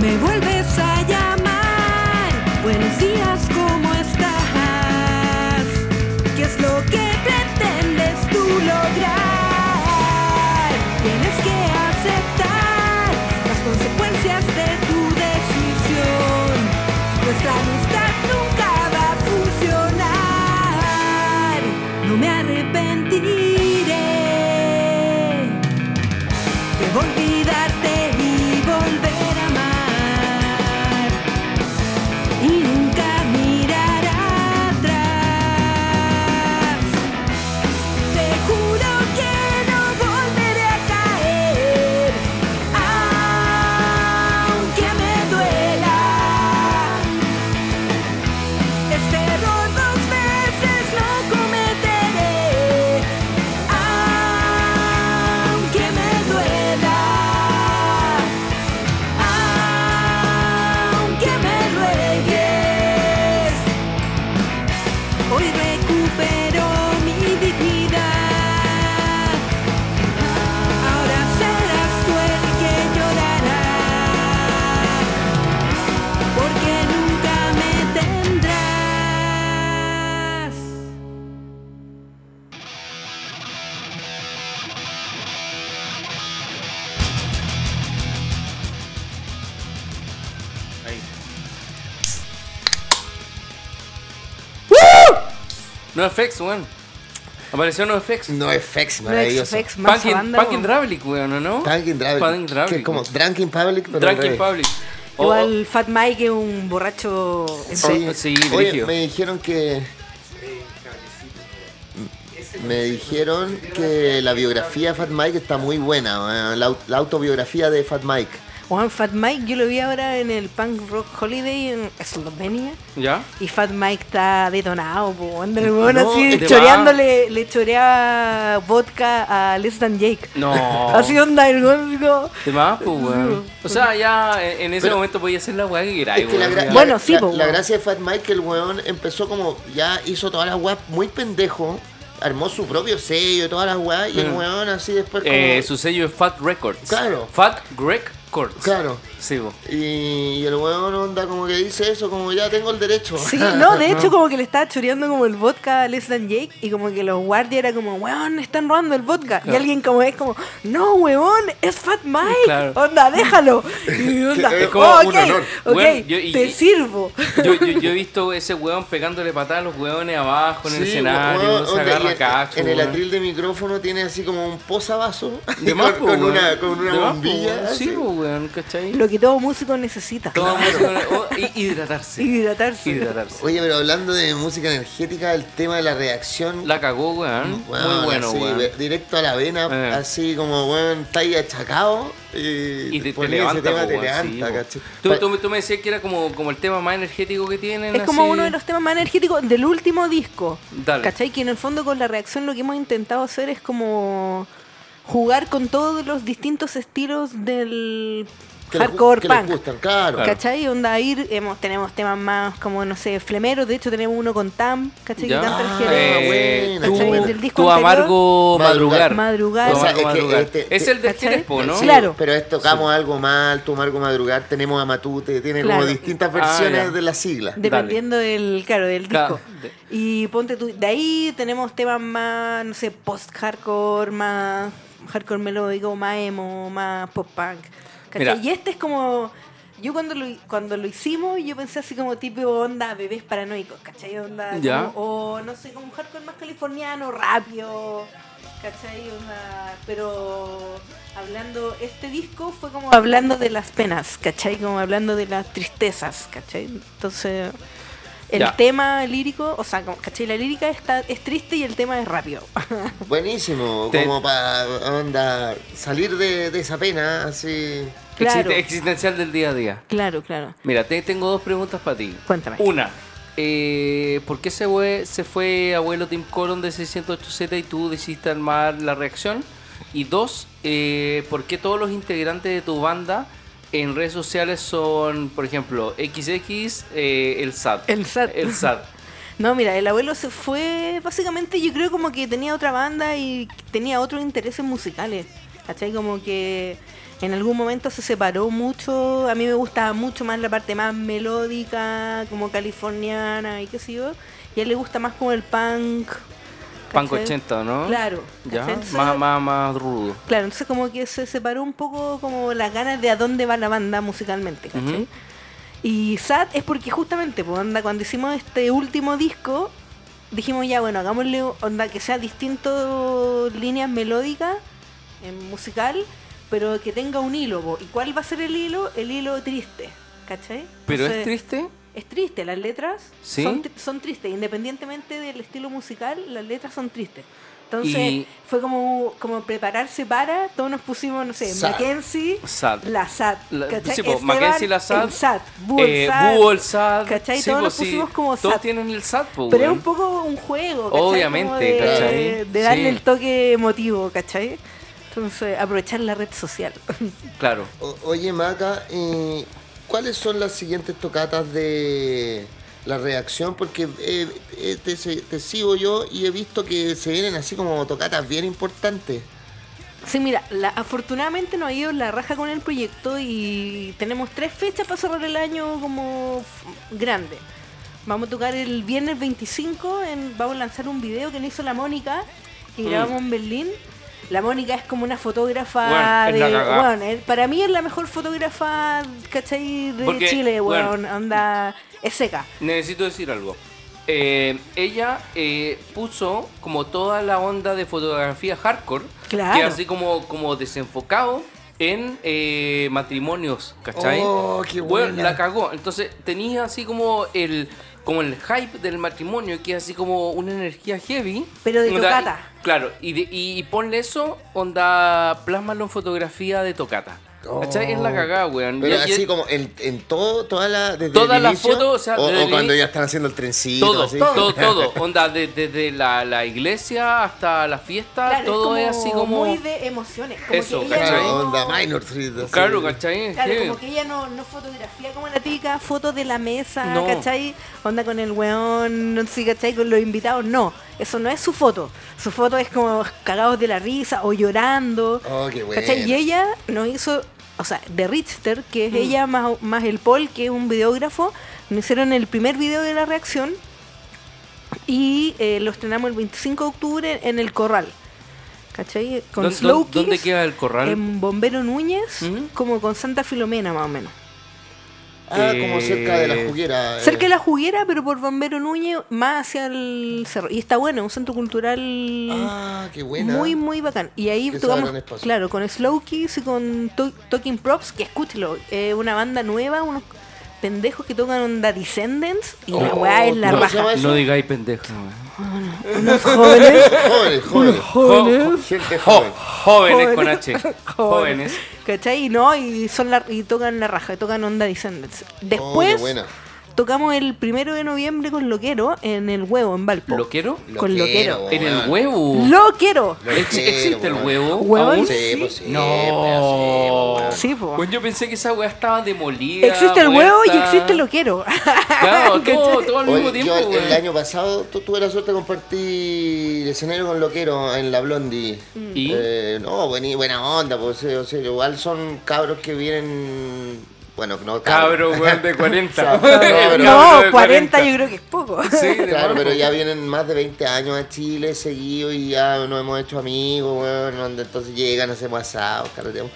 Me vuelves a llamar. Buenos días, ¿cómo estás? ¿Qué es lo que pretendes tú lograr? Tienes que aceptar las consecuencias de tu decisión. Nuestra amistad nunca va a funcionar. No me arrepentiré. Debo olvidarte y volver a amar Y nunca mirar atrás Te juro que no volveré a caer Aunque me duela este error dos veces no cometeré, aunque me duela, aunque me ruegues. Hoy recupero mi dignidad, ahora serás tú el que llorará porque nunca me tendrás. NoFX, weón. Apareció NoFX. No es Fex, No es maravilloso. FX, más Punkin, banda, Punkin weón. Dravlik, weón, ¿o ¿no? Drunken Driving. Punkin Que es Dravlik. como Drunken Public, pero. al Drunken revés. Public. Oh, O- Igual Fat Mike es un borracho. en serio. Sí, Oh, Sí, Oye, brígido. me dijeron que. Me dijeron que la biografía de Fat Mike está muy buena, eh, la, au- la autobiografía de Fat Mike. Weón, Fat Mike, yo lo vi ahora en el Punk Rock Holiday en Eslovenia. ¿Ya? Y Fat Mike está detonado, po, anda el weón así es que choreándole, le choreaba vodka a Les Dan Jake. No. Así onda el weón, así como- Te vas, pues, weón. O sea, ya en, en ese Pero- momento podía hacer la weá que queráis, Es que la weón. gra- ya. la- Bueno, sí, la- po, la weón. gracia de Fat Mike, el weón empezó como. Ya hizo todas las weas muy pendejo, armó su propio sello y todas las weas, y el weón así después como. Mm. Eh, su sello es Fat Records. Claro. Fat Records. Claro. Sí, po. Y el weón onda como que dice eso, como ya tengo el derecho. Sí, no, de hecho como que le estaba choreando como el vodka a Les Dan Jake y como que los guardias era como, weón, están robando el vodka. Y alguien como es como, no, weón, es Fat Mike. Claro. Onda, déjalo. Y onda, Es como "Oh, un ok, honor. ok, Weón, yo- y- te y- sirvo. Yo, yo, yo he visto ese weón pegándole patadas a los weones abajo en el Sí, escenario, weón, se onda, y agarra en- cacho. En el weón. atril de micrófono tiene así como un posavasos De con, más, po, con weón. una, con De una más, po, bombilla. weón. así. Sí, po, weón, ¿cachai? Lo que todo músico necesita. Todo mundo- oh, y hidratarse. Hidratarse. Hidratarse. Oye, pero hablando de música energética, el tema de la reacción. La cagó, weón. weón, Muy bueno, así, weón. ve- Directo a la vena, Eh. así como, weón, está ahí achacado. Y, Y te, te ponía levanta, ese tema, po, te weón, sí, levanta, po. cacho. Tú, Pa- tú, me- tú me decías que era como, como el tema más energético que tienen. Es como así. uno de los temas más energéticos del último disco. Dale. ¿Cachai? Que en el fondo con la reacción lo que hemos intentado hacer es como jugar con todos los distintos estilos del que les gu- hardcore que les punk. gustan, claro. Claro. ¿Cachai? Onda ir, hemos, tenemos temas más como, no sé, flemeros. De hecho, tenemos uno con Tam, ¿cachai? Ya. Que canta el Ah, jerez. Eh, buena, tú, ¿cachai? Del disco tú anterior. amargo madrugar. Madrugar. Madrugar. Tú O sea, amargo es que madrugar. este- es el del ¿cachai? Jerespo, ¿no? Sí, Claro. Pero es tocamos algo mal, tu Marco Madrugar, tenemos a Matute, tiene Claro. como distintas Ah, versiones ya. de la sigla. Dependiendo del, claro, del Claro. disco. Y ponte tú, de ahí tenemos temas más, no sé, post-hardcore, más hardcore melódico, más emo, más pop-punk. Mira. ¿cachai? Y este es como, yo cuando lo, cuando lo hicimos, yo pensé así como tipo onda bebés paranoicos, ¿cachai? Onda, Ya. como- o no sé, como un hardcore más californiano, rápido, ¿cachai? Onda, pero hablando, este disco fue como hablando de las penas, ¿cachai? Como hablando de las tristezas, ¿cachai? Entonces... El Ya. tema lírico, o sea, como, ¿cachai? La lírica está, es triste y el tema es rápido. Buenísimo, Te- como para onda salir de, de esa pena, así. Claro. Existe- existencial del día a día. claro, claro. Mira, te, tengo dos preguntas para ti. Cuéntame. Una, eh, ¿por qué se fue, se fue abuelo Tim Colon de 608Z y tú decidiste armar la reacción? Y dos, eh, ¿por qué todos los integrantes de tu banda en redes sociales son, por ejemplo, XX, eh, el SAT? El Sad. El SAT. No, mira, el abuelo se fue, básicamente yo creo como que tenía otra banda y tenía otros intereses musicales. ¿Cachai? Como que en algún momento se separó mucho. A mí me gustaba mucho más la parte más melódica, como californiana y qué sé yo. Y a él le gusta más como el punk. Punk ¿cachai? 80, ¿no? Claro. Ah, Ya, ¿cachai? Entonces- más, más, más rudo. Claro, entonces como que se separó un poco como las ganas de a dónde va la banda musicalmente, ¿cachai? Ujú. Y sad es porque justamente, pues onda, cuando hicimos este último disco, dijimos ya, bueno, hagámosle onda que sea distinto líneas melódicas, en musical, pero que tenga un hilo, po. ¿Y cuál va a ser el hilo? El hilo triste, ¿cachai? Pero Entonces, es triste. Es triste, las letras ¿Sí? son, tri- son tristes, independientemente del estilo musical, las letras son tristes. Entonces Y- fue como, como prepararse para, todos nos pusimos, no sé, Sad. Mackenzie, Sad. la SAT, La- ¿cachai? sí, po, Esteban, Mackenzie, la SAT, el SAT, Búho, el Eh, SAT, Búho, el SAD. ¿Cachai? Sí, Todos pues, nos sí. pusimos como Todos SAD. tienen el SAD, pues, Pero es weón. un poco un juego, ¿cachai? Obviamente, Como de, ¿cachai? de darle Sí. el toque emotivo, ¿cachai? Entonces, aprovechar la red social. Claro. O- oye, Maca, eh, ¿cuáles son las siguientes tocatas de la reacción? Porque eh, eh, te, se- te sigo yo y he visto que se vienen así como tocatas bien importantes. Sí, mira, la- afortunadamente nos ha ido la raja con el proyecto y tenemos tres fechas para cerrar el año como f- grande. Vamos a tocar el viernes 25, en- vamos a lanzar un video que nos hizo la Mónica, que Mm. grabamos en Berlín. La Mónica es como una fotógrafa Bueno, es la de... cagá. bueno, es- para mí es la mejor fotógrafa, ¿cachai? De Porque, Chile, bueno. weón, onda... Es seca. Necesito decir algo. Eh, ella eh, puso como toda la onda de fotografía hardcore, Claro. que así como, como desenfocado en eh, matrimonios, ¿cachai? Oh, qué Weón, buena. la cagó. Entonces tenía así como el como el hype del matrimonio, que es así como una energía heavy. Pero de Onda- tocata. Claro, y, de- y ponle eso, onda, plásmalo en fotografía de tocata. ¿Cachai? es Oh. la cagada, weón. Pero Y- y- así como en, en todo, toda la, desde Todas el las inicio, fotos, o sea, desde el cuando ini- ya están haciendo el trencito. todo, así. todo, todo. Onda, de- desde la, la iglesia hasta la fiesta, Claro, Ah, todo es, como así como. Muy de emociones. Como Eso, que ella Claro, ¿cachai? no- onda minor street, así. Claro, ¿cachai? Claro, Sí. como que ella no, no fotografía como la típica foto de la mesa, No. ¿cachai? Onda con el weón, no sé, ¿cachai? Con los invitados, no. Eso no es su foto. Su foto es como cagados de la risa o llorando. Oh, qué buena. ¿cachai? Y ella nos hizo, o sea, de Richter, que es ella más, más el Paul, que es un videógrafo, nos hicieron el primer video de la reacción y eh, lo estrenamos el 25 de octubre en el Corral. ¿Cachai? Con ¿Dó- Slow dó- ¿Dónde Kiss. queda el corral? En Bombero Núñez, ¿Mm? como con Santa Filomena más o menos. Ah, como Eh, cerca de la juguera. eh. Cerca de la juguera, pero por Bombero Núñez, más hacia el cerro. Y está bueno, un centro cultural Ah, qué buena. muy, muy bacán. Y ahí Que se tocamos, abran espacios. claro, con Slow Kids y con To- Talking Props, que escúchelo, eh, una banda nueva, unos pendejos que tocan onda Descendants, y la Oh, weá es la ¿cómo se raja. llama eso? No digáis pendejo. Unos jóvenes, Jóvenes, jóvenes. ¿eh? Jóvenes. Gente joven. jóvenes con H. Jóvenes. ¿Cachai? No, y son la, y tocan la raja, tocan onda Descendants. Oh, Después qué buena. tocamos el primero de noviembre con Loquero en el huevo, en Valpo. ¿Lo quiero? con Loquero. En el weón. huevo. ¡Loquero! Loquero, Ex- ¿Existe el weón. huevo? Huevo, aún? Sí, pues sí. No. pues sí, Sí, po. Bueno, yo pensé que esa weá estaba demolida. Existe el muerta. huevo y existe Loquero. Claro, todo, ¿Cachai? todo al Oye, mismo tiempo, yo el, el weón. año pasado tu- tuve la suerte de compartir escenario con Loquero en La Blondie. ¿Y? Eh, no, buena, buena onda, pues eh, o sea, igual son cabros que vienen... Bueno, no Cabro, cabros. weón, de 40. El cabro No, de 40 yo creo que es poco. Sí, de Claro, más, pero po. ya vienen más de 20 años a Chile seguido y ya nos hemos hecho amigos, weón, donde entonces llegan, hacemos asados, carreteamos.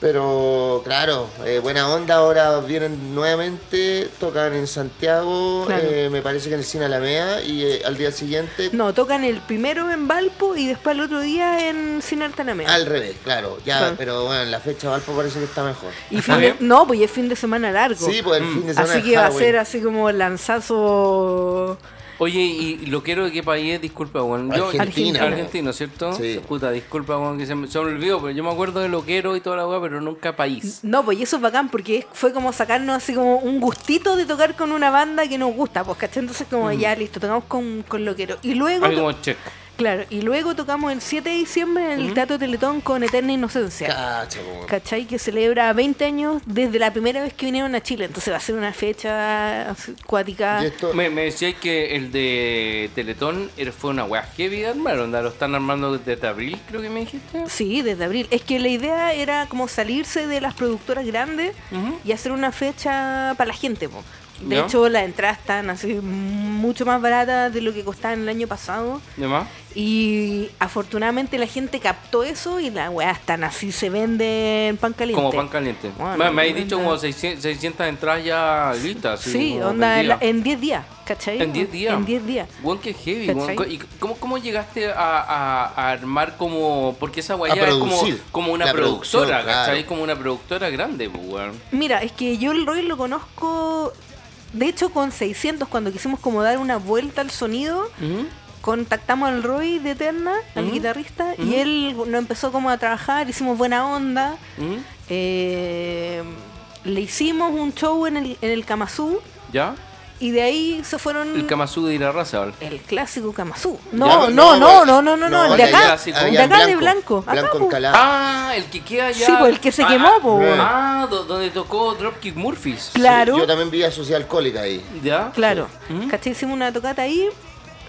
Pero claro, eh, buena onda, ahora vienen nuevamente, tocan en Santiago, Claro. eh, me parece que en el Cine Alameda y eh, al día siguiente No, tocan el primero en Valpo y después el otro día en Sin Altanamea. al revés, claro, ya, Claro. pero bueno, la fecha de Valpo parece que está mejor. Y fin de- bien. no, pues y es fin de semana largo. Sí, pues el fin de semana. Mm. así es que va a Halloween. ser así como lanzazo. Oye, ¿y lo quiero de qué país es? Disculpa, weón. Yo- Argentina. Argentino, ¿cierto? Sí. Puta, disculpa, weón, que se me, se me olvidó, pero yo me acuerdo de lo quiero y toda la weá, pero nunca país. No, pues y eso es bacán porque es- fue como sacarnos así como un gustito de tocar Mm. con una banda que nos gusta. Pues ¿cachai? entonces como ya listo, tocamos con, con Loquero. Y luego... Algo como check. Claro, y luego tocamos el 7 de diciembre en el Teatro Teletón con Eterna Inocencia. Cacha, po, weón. ¿Cachai? Que celebra 20 años desde la primera vez que vinieron a Chile. Entonces va a ser una fecha así, cuática. Y esto- Me, me decíais que el de Teletón era- fue una weá heavy, hermano. onda, Lo están armando desde abril, creo que me dijiste. Sí, desde abril. Es que la idea era como salirse de las productoras grandes Ujú. y hacer una fecha para la gente. po. De Ya. hecho, las entradas están así mucho más baratas de lo que costaban el año pasado. ¿De más? Y afortunadamente la gente captó eso y las weas están así, se venden pan caliente. Como pan caliente. Bueno, me me habéis onda. dicho como 600, 600 entradas ya listas. así, Sí, como onda en la- vendidas. en 10 días, ¿cachai? En 10 días. En 10 días. Weón, qué heavy, ¿Cachai? weón. ¿Y cómo, cómo llegaste a, a- a armar como.? Porque esa weá A ya es como, producir. como una La producción, productora, ¿cachai? claro. Como una productora grande, pues, weón. Mira, es que yo el Roy lo conozco, de hecho con 600, cuando quisimos como dar una vuelta al sonido, contactamos al Roy de Eterna, al Ujú. guitarrista, Ujú. y él nos empezó como a trabajar, hicimos buena onda, ¿Mm? eh, le hicimos un show en el, en el Kamazú, ¿Ya? y de ahí se fueron... El Kamazú de Irarraza, el clásico Kamazú. Ya, No, no, no, weón. no, no, no, no, el de allá- acá, clásico. allá el de en acá de Blanco. acá, pues. Blanco po. Encalada. Ah, el que queda ya. Sí, pues, el que se Ah, quemó, po, weón. Ah, do- donde tocó Dropkick Murphys. Claro. Yo también vi a Social Cólica ahí. ¿Ya? Claro. ¿Mm? ¿Cachai? Hicimos una tocata ahí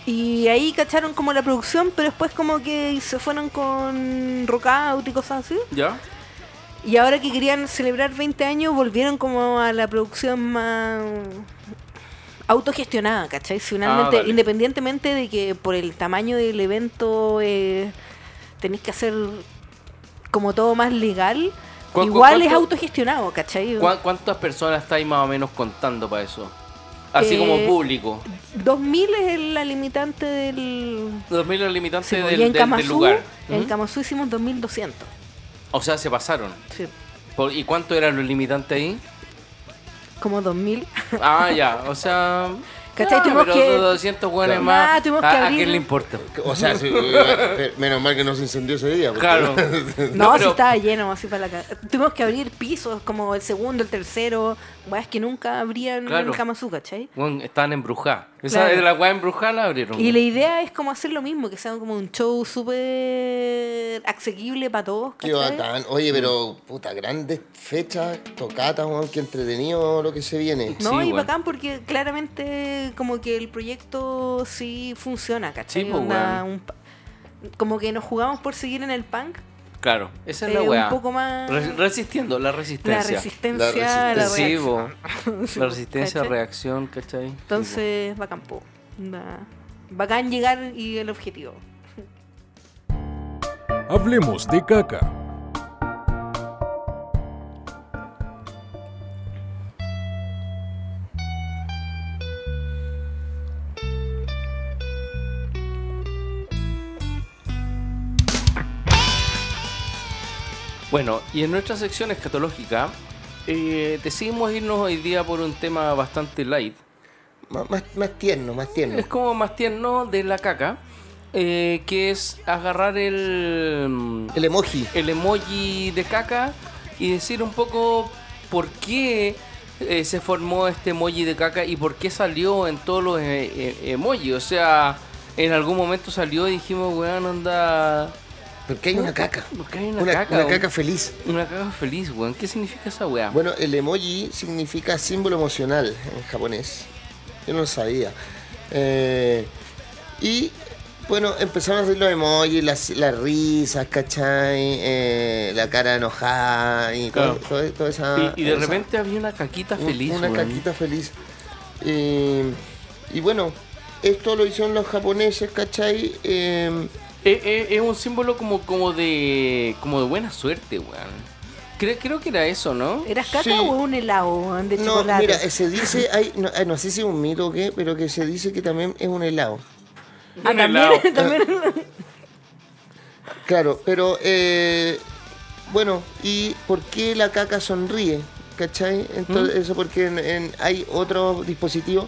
y ahí cacharon como la producción, pero después como que se fueron con Rockout y cosas así. ¿Ya? Y ahora que querían celebrar 20 años, volvieron como a la producción más autogestionada, ¿cachai? Finalmente, Ah, vale. independientemente de que por el tamaño del evento eh, tenéis que hacer como todo más legal, ¿Cu- cu- igual es cuánto- autogestionado, ¿cachai? ¿Cuá- ¿Cuántas personas estáis más o menos contando para eso? Así como Eh, público. 2000 es la limitante del, 2000 es limitante Sí, pues, del, y en del- del Kamazú, lugar. en ¿Mm? Kamazú hicimos 2200. O sea, se pasaron. Sí, Por- ¿Y cuánto eran los limitantes ahí? como 2000. Ah, ya, o sea. ¿Cachai? ya, Tuvimos pero que- 200 hueones Claro. más. Ah, tuvimos ¿a- que ¿A abrir- quién le importa? O sea, sí, eh, menos mal que no se incendió ese día. porque- Claro. No, si pero- estaba lleno así para la ca- Tuvimos que abrir pisos como el segundo, el tercero, weas que nunca abrían Claro. en Kamazú, ¿cachai? Bueno, estaban embrujadas. Esa Claro. de la hueá embrujada la abrieron. Y la idea es como hacer lo mismo, que sea como un show súper asequible para todos, Qué ¿cachai? bacán. Oye, pero puta, grandes fechas, tocatas, weón, qué entretenido lo que se viene. Sí, No, y bueno. bacán porque claramente como que el proyecto sí funciona, ¿cachai? Sí, pues, Onda, weón. un pa- Como que nos jugamos por seguir en el punk, Claro, esa es la Eh, un hueá. poco más- Re- resistiendo, la la resistencia. resistencia, La la Sí, reacción. bo. La resistencia, ¿Cachai? reacción, ¿cachai? Sí, bo. Entonces, bacán, po. Onda, Bacán llegar y el objetivo. Hablemos de caca. Bueno, y en nuestra sección escatológica, eh, decidimos irnos hoy día por un tema bastante light. Má- Más, más tierno, más tierno. Es como más tierno de la caca, eh, que es agarrar el, El emoji. el emoji de caca y decir un poco por qué eh, se formó este emoji de caca y por qué salió en todos los eh, eh, emojis. O sea, en algún momento salió y dijimos, weón, onda... Porque hay una caca. Porque hay una, Una- caca. una weón. caca feliz. Una caca feliz, weón. ¿Qué significa esa weá? Bueno, el emoji significa símbolo emocional en japonés. Yo no lo sabía. Eh, y bueno, empezaron a hacer los emojis, las, las risas, ¿cachai? Eh, la cara enojada y todo- Claro. todo- toda esa. y, y de esa- repente había una caquita un- feliz, Una weón. caquita feliz. Eh, y bueno, esto lo hicieron los japoneses, ¿cachai? Eh, Es, es- es un símbolo como, como de como de buena suerte, weón. Creo, creo que era eso, ¿no? ¿Eras caca Sí. o un helado weón, de no, chocolate? mira, se dice, hay, no, eh, no sé si es un mito o qué, pero que se dice que también es un helado. Ah, un también- helado. también- Ah. Claro, pero eh, bueno, ¿y por qué la caca sonríe? ¿Cachai? Entonces, ¿Mm? Eso porque en- en- hay otros dispositivos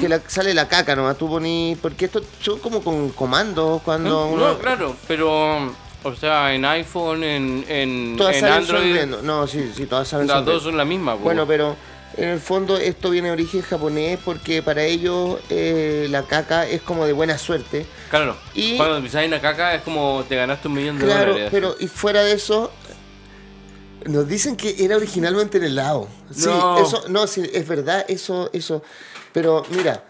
que la- sale la caca nomás. Tú poní, porque esto son como con comandos cuando ¿Mm? No, uno. claro, pero, o sea, en iPhone, en, en, Todas en salen Android, sonriendo. No, sí, sí, todas salen las sonriendo. dos son la misma, weón. Bueno, pero En el fondo esto viene de origen japonés porque para ellos eh, la caca es como de buena suerte. Claro, Y- cuando pisas una caca es como te ganaste un millón de Claro, dólares. pero y fuera de eso, nos dicen que era originalmente en el lado. Sí, No. eso, no, sí, es verdad, eso, eso. Pero mira,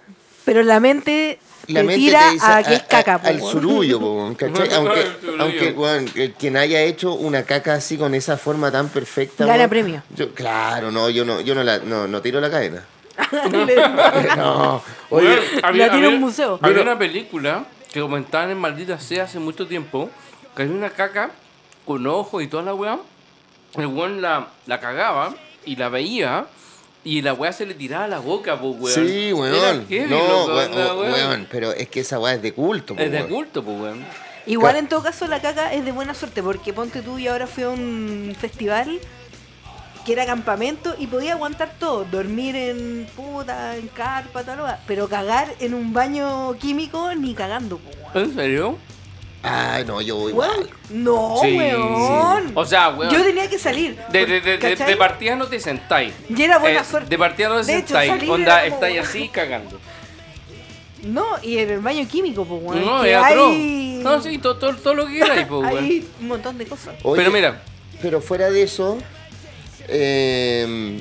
Pero la mente la te mente tira te dice a, que a- es caca. a- po, al weón. surullo, po, weón, ¿cachai? Claro, aunque, el surullo. aunque weón, el quien haya hecho una caca así con esa forma tan perfecta. Gana weón, premio. yo- claro, no, yo no, yo no la, no, no tiro la cadena. Le- no, Oye, oye, la tiene un museo. Había Pero- una película que comentaban en Maldita Sea hace mucho tiempo que había una caca con ojos y toda la weá. El weón la, la cagaba y la veía y la weá se le tiraba a la boca, pues weón. sí, Era weón. heavy, No, loco, weón, anda, weón. weón, pero es que esa weá es de culto, po, Es de weón. culto, pues weón. Igual Ca- en todo caso la caca es de buena suerte, porque ponte tú y ahora fui a un festival que era campamento y podía aguantar todo, dormir en puta, en carpa, tal, tal, pero cagar en un baño químico ni cagando. po, weón. ¿En serio? Ay, no, yo igual. Weón, no, Sí, weón. sí. O sea, weón. Yo tenía que salir. De, de, de, de, ¿cachai? de partida no te sentáis. Y era buena Eh, suerte. De partida no te De hecho, sentáis. salir Onda, era como- estáis así cagando. No, y en el baño químico, pues, weón. No, que es atroz. hay- No, sí, todo, todo, todo lo que queráis, pues weón. Hay un montón de cosas. Oye, Pero mira, Pero fuera de eso, eh,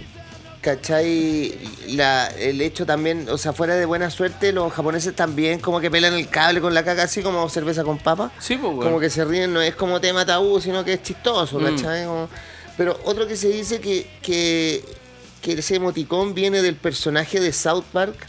¿cachai? La- el hecho también, o sea, fuera de buena suerte, los japoneses también como que pelan el cable con la caca, así como cerveza con papa. sí, pues weón. Como que se ríen, no es como tema tabú, sino que es chistoso, Mm. ¿cachai? Como- pero otro que se dice que, que, que ese emoticón viene del personaje de South Park.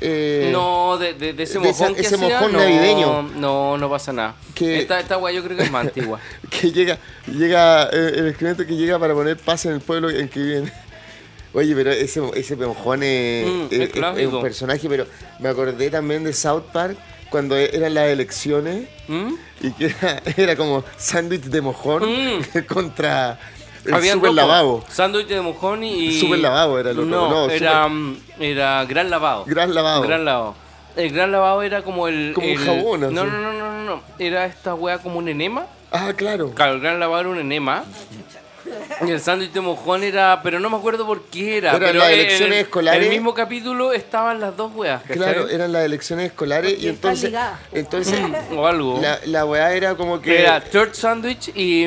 eh, No, de, de- de ese de esa- mojón que ese hacía, mojón no, navideño. No, no pasa nada. Que- Esta, esta weá yo creo que es más antigua. que llega, llega eh, el excremento que llega para poner paz en el pueblo en que viven. Oye, pero ese, ese mojón es, Mm, es- es es- es clásico. un personaje, pero me acordé también de South Park cuando e- eran las elecciones ¿Mm? y que era, era como sándwich de mojón Mm. contra el Habían super dos, lavabo. Sándwich de mojón y. Super lavabo era el otro, No, no, era, mm, era gran lavado. Gran lavado. Gran lavado. El gran lavado era como el. Como un el- jabón, así. No, no, no, no, no, no. Era esta weá como un enema. Ah, claro. Claro, el gran lavado era un enema. Y el sándwich de mojón era. Pero no me acuerdo por qué era. Eran pero las en- en elecciones el- escolares. En el mismo capítulo estaban las dos weas. ¿cachai? Claro, eran las elecciones escolares y Porque están entonces, ligadas. entonces O algo. la, la weá era como que... Era Church Sandwich y,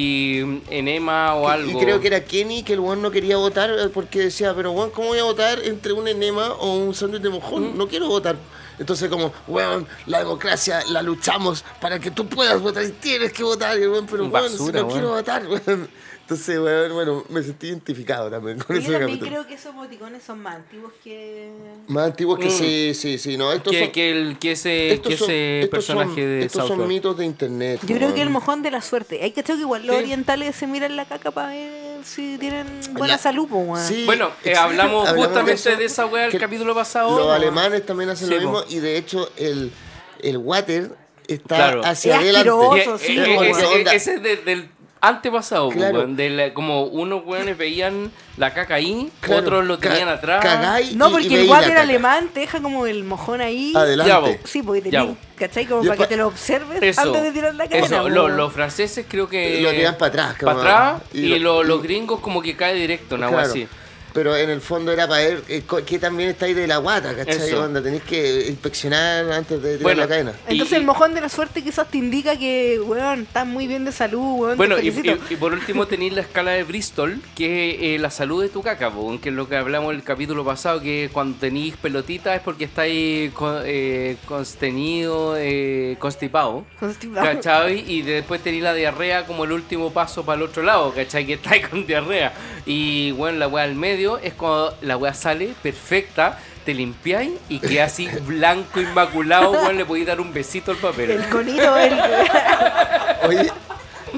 y enema o algo. Y creo que era Kenny que el weón no quería votar eh, porque decía, pero weón, ¿cómo voy a votar entre un enema o un sándwich de Mm. mojón? No quiero votar. Entonces como, weón, la democracia la luchamos para que tú puedas votar y tienes que votar. Y el weón, pero weón, si Basura, no weón. quiero votar, weón. Entonces, weón, bueno, me sentí identificado también con Yo ese también capítulo. creo que esos emoticones son más antiguos que... Más antiguos que Mm. sí, sí, sí. No, estos que, son... que el, que ese, estos que son- ese estos son- personaje de Estos South son Park. mitos de internet. Yo creo weón. que el mojón de la suerte. Hay que que igual los Sí. orientales se miran la caca para ver si tienen buena La- salud, po, weón. Sí, Bueno, eh, exacto. hablamos justamente eso, de esa wea el que capítulo pasado, Los ¿no? alemanes también hacen Sí, lo mismo po. y de hecho el, el water está Claro. hacia Es adelante. asqueroso, Y- Oso, sí, eh, eh, weón. ese- Onda, ese es de- del antepasado, pues, Claro. weón, de la- como unos weones veían la caca ahí, claro, otros lo ca- tenían atrás. cagáis y- No, y porque el veis la water caca. alemán te deja como el mojón ahí. Adelante. Ya, po. Sí, porque te Ya, tienen, ¿cachai? Como Y para que pa- te lo observes Eso, antes de tirar la cadena. eso, po, lo- weón. los franceses creo que... Lo tiran pa' atrás, Para como- atrás, y y, lo- lo- los y- gringos como que cae directo, una wea Claro. así. Pero en el fondo era para ver eh, co- que también está ahí de la guata, ¿cachai? Eso. Onda, tenéis que inspeccionar antes de tirar Bueno, la cadena. Entonces Y- el mojón de la suerte quizás te indica que, weón, estás muy bien de salud, weón. Bueno, te y, felicito. y- y por último tenéis la escala de Bristol, que es eh, la salud de tu caca, po, que es lo que hablamos en el capítulo pasado, que cuando tenéis pelotitas es porque estáis con- eh, constenido, eh, constipado. Constipado. ¿Cachai? Y después tenéis la diarrea como el último paso para el otro lado, ¿cachai? Que estáis con diarrea. Y bueno, la weá al medio es cuando la weá sale perfecta, te limpiáis y queda así blanco, inmaculado, weón, le podéis dar un besito al papel. El conito, el... Oye,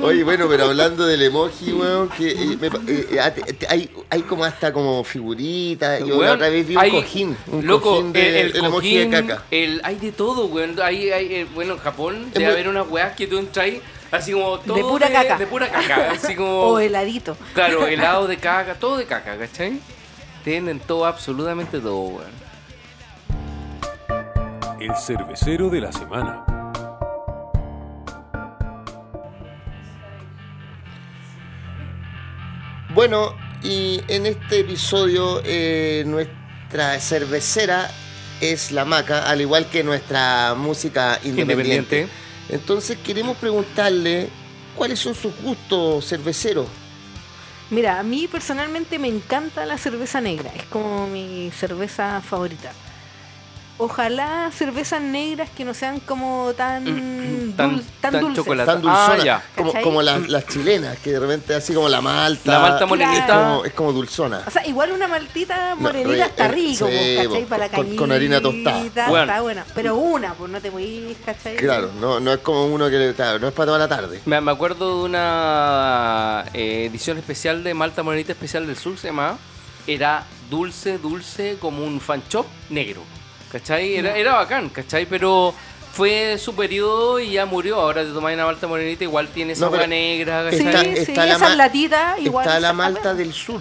oye, bueno, pero hablando del emoji, weón, que eh, me pa- eh, eh, ah, te- te- hay, hay como hasta como figuritas. Eh, Yo la Weón, otra vez vi un hay- cojín, un loco, cojín de, el, el del emoji de cojín, caca. el- hay de todo, weón. Hay, hay, eh, bueno, en Japón debe muy- haber unas weas que tú entras ahí, así como todo pura caca. De pura caca, así como... o heladito. Claro, helado de caca, todo de caca, ¿cachai? Tienen todo, absolutamente todo, weón. El cervecero de la semana. Bueno, Y en este episodio eh, nuestra cervecera es la maca, al igual que nuestra música independiente. Independiente. Entonces queremos preguntarle cuáles son sus gustos cerveceros. Mira, a mí personalmente me encanta la cerveza negra, es como mi cerveza favorita. Ojalá cervezas negras que no sean como tan, dul- Mm, Tan- tan, tan dulces. chocolate. Tan Ah, dulzona, ya. como, ¿Cachai? como las, las chilenas, que de repente así como la malta. La malta es morenita. como, es como dulzona. O sea, igual una maltita No, morenita re- está eh, rico, sí, po, ¿cachai? po, Para la con- con harina tostada. cañita, Bueno. Está buena. Pero una, pues no te podís, ¿cachai? Claro, no, no es como uno que le- claro, no es para toda la tarde. Me, me acuerdo de una eh, edición especial de Malta Morenita Especial del Sur, se llamaba. Era dulce, dulce, como un fan shop negro. ¿Cachai? Era, era bacán, ¿cachai? Pero fue su periodo y ya murió. Ahora te tomáis una Malta Morenita, igual tiene esa No, pero hueá negra, Sí, ¿cachai? sí, esas ma- latitas Ah, igual Está la sacan malta bien. del sur.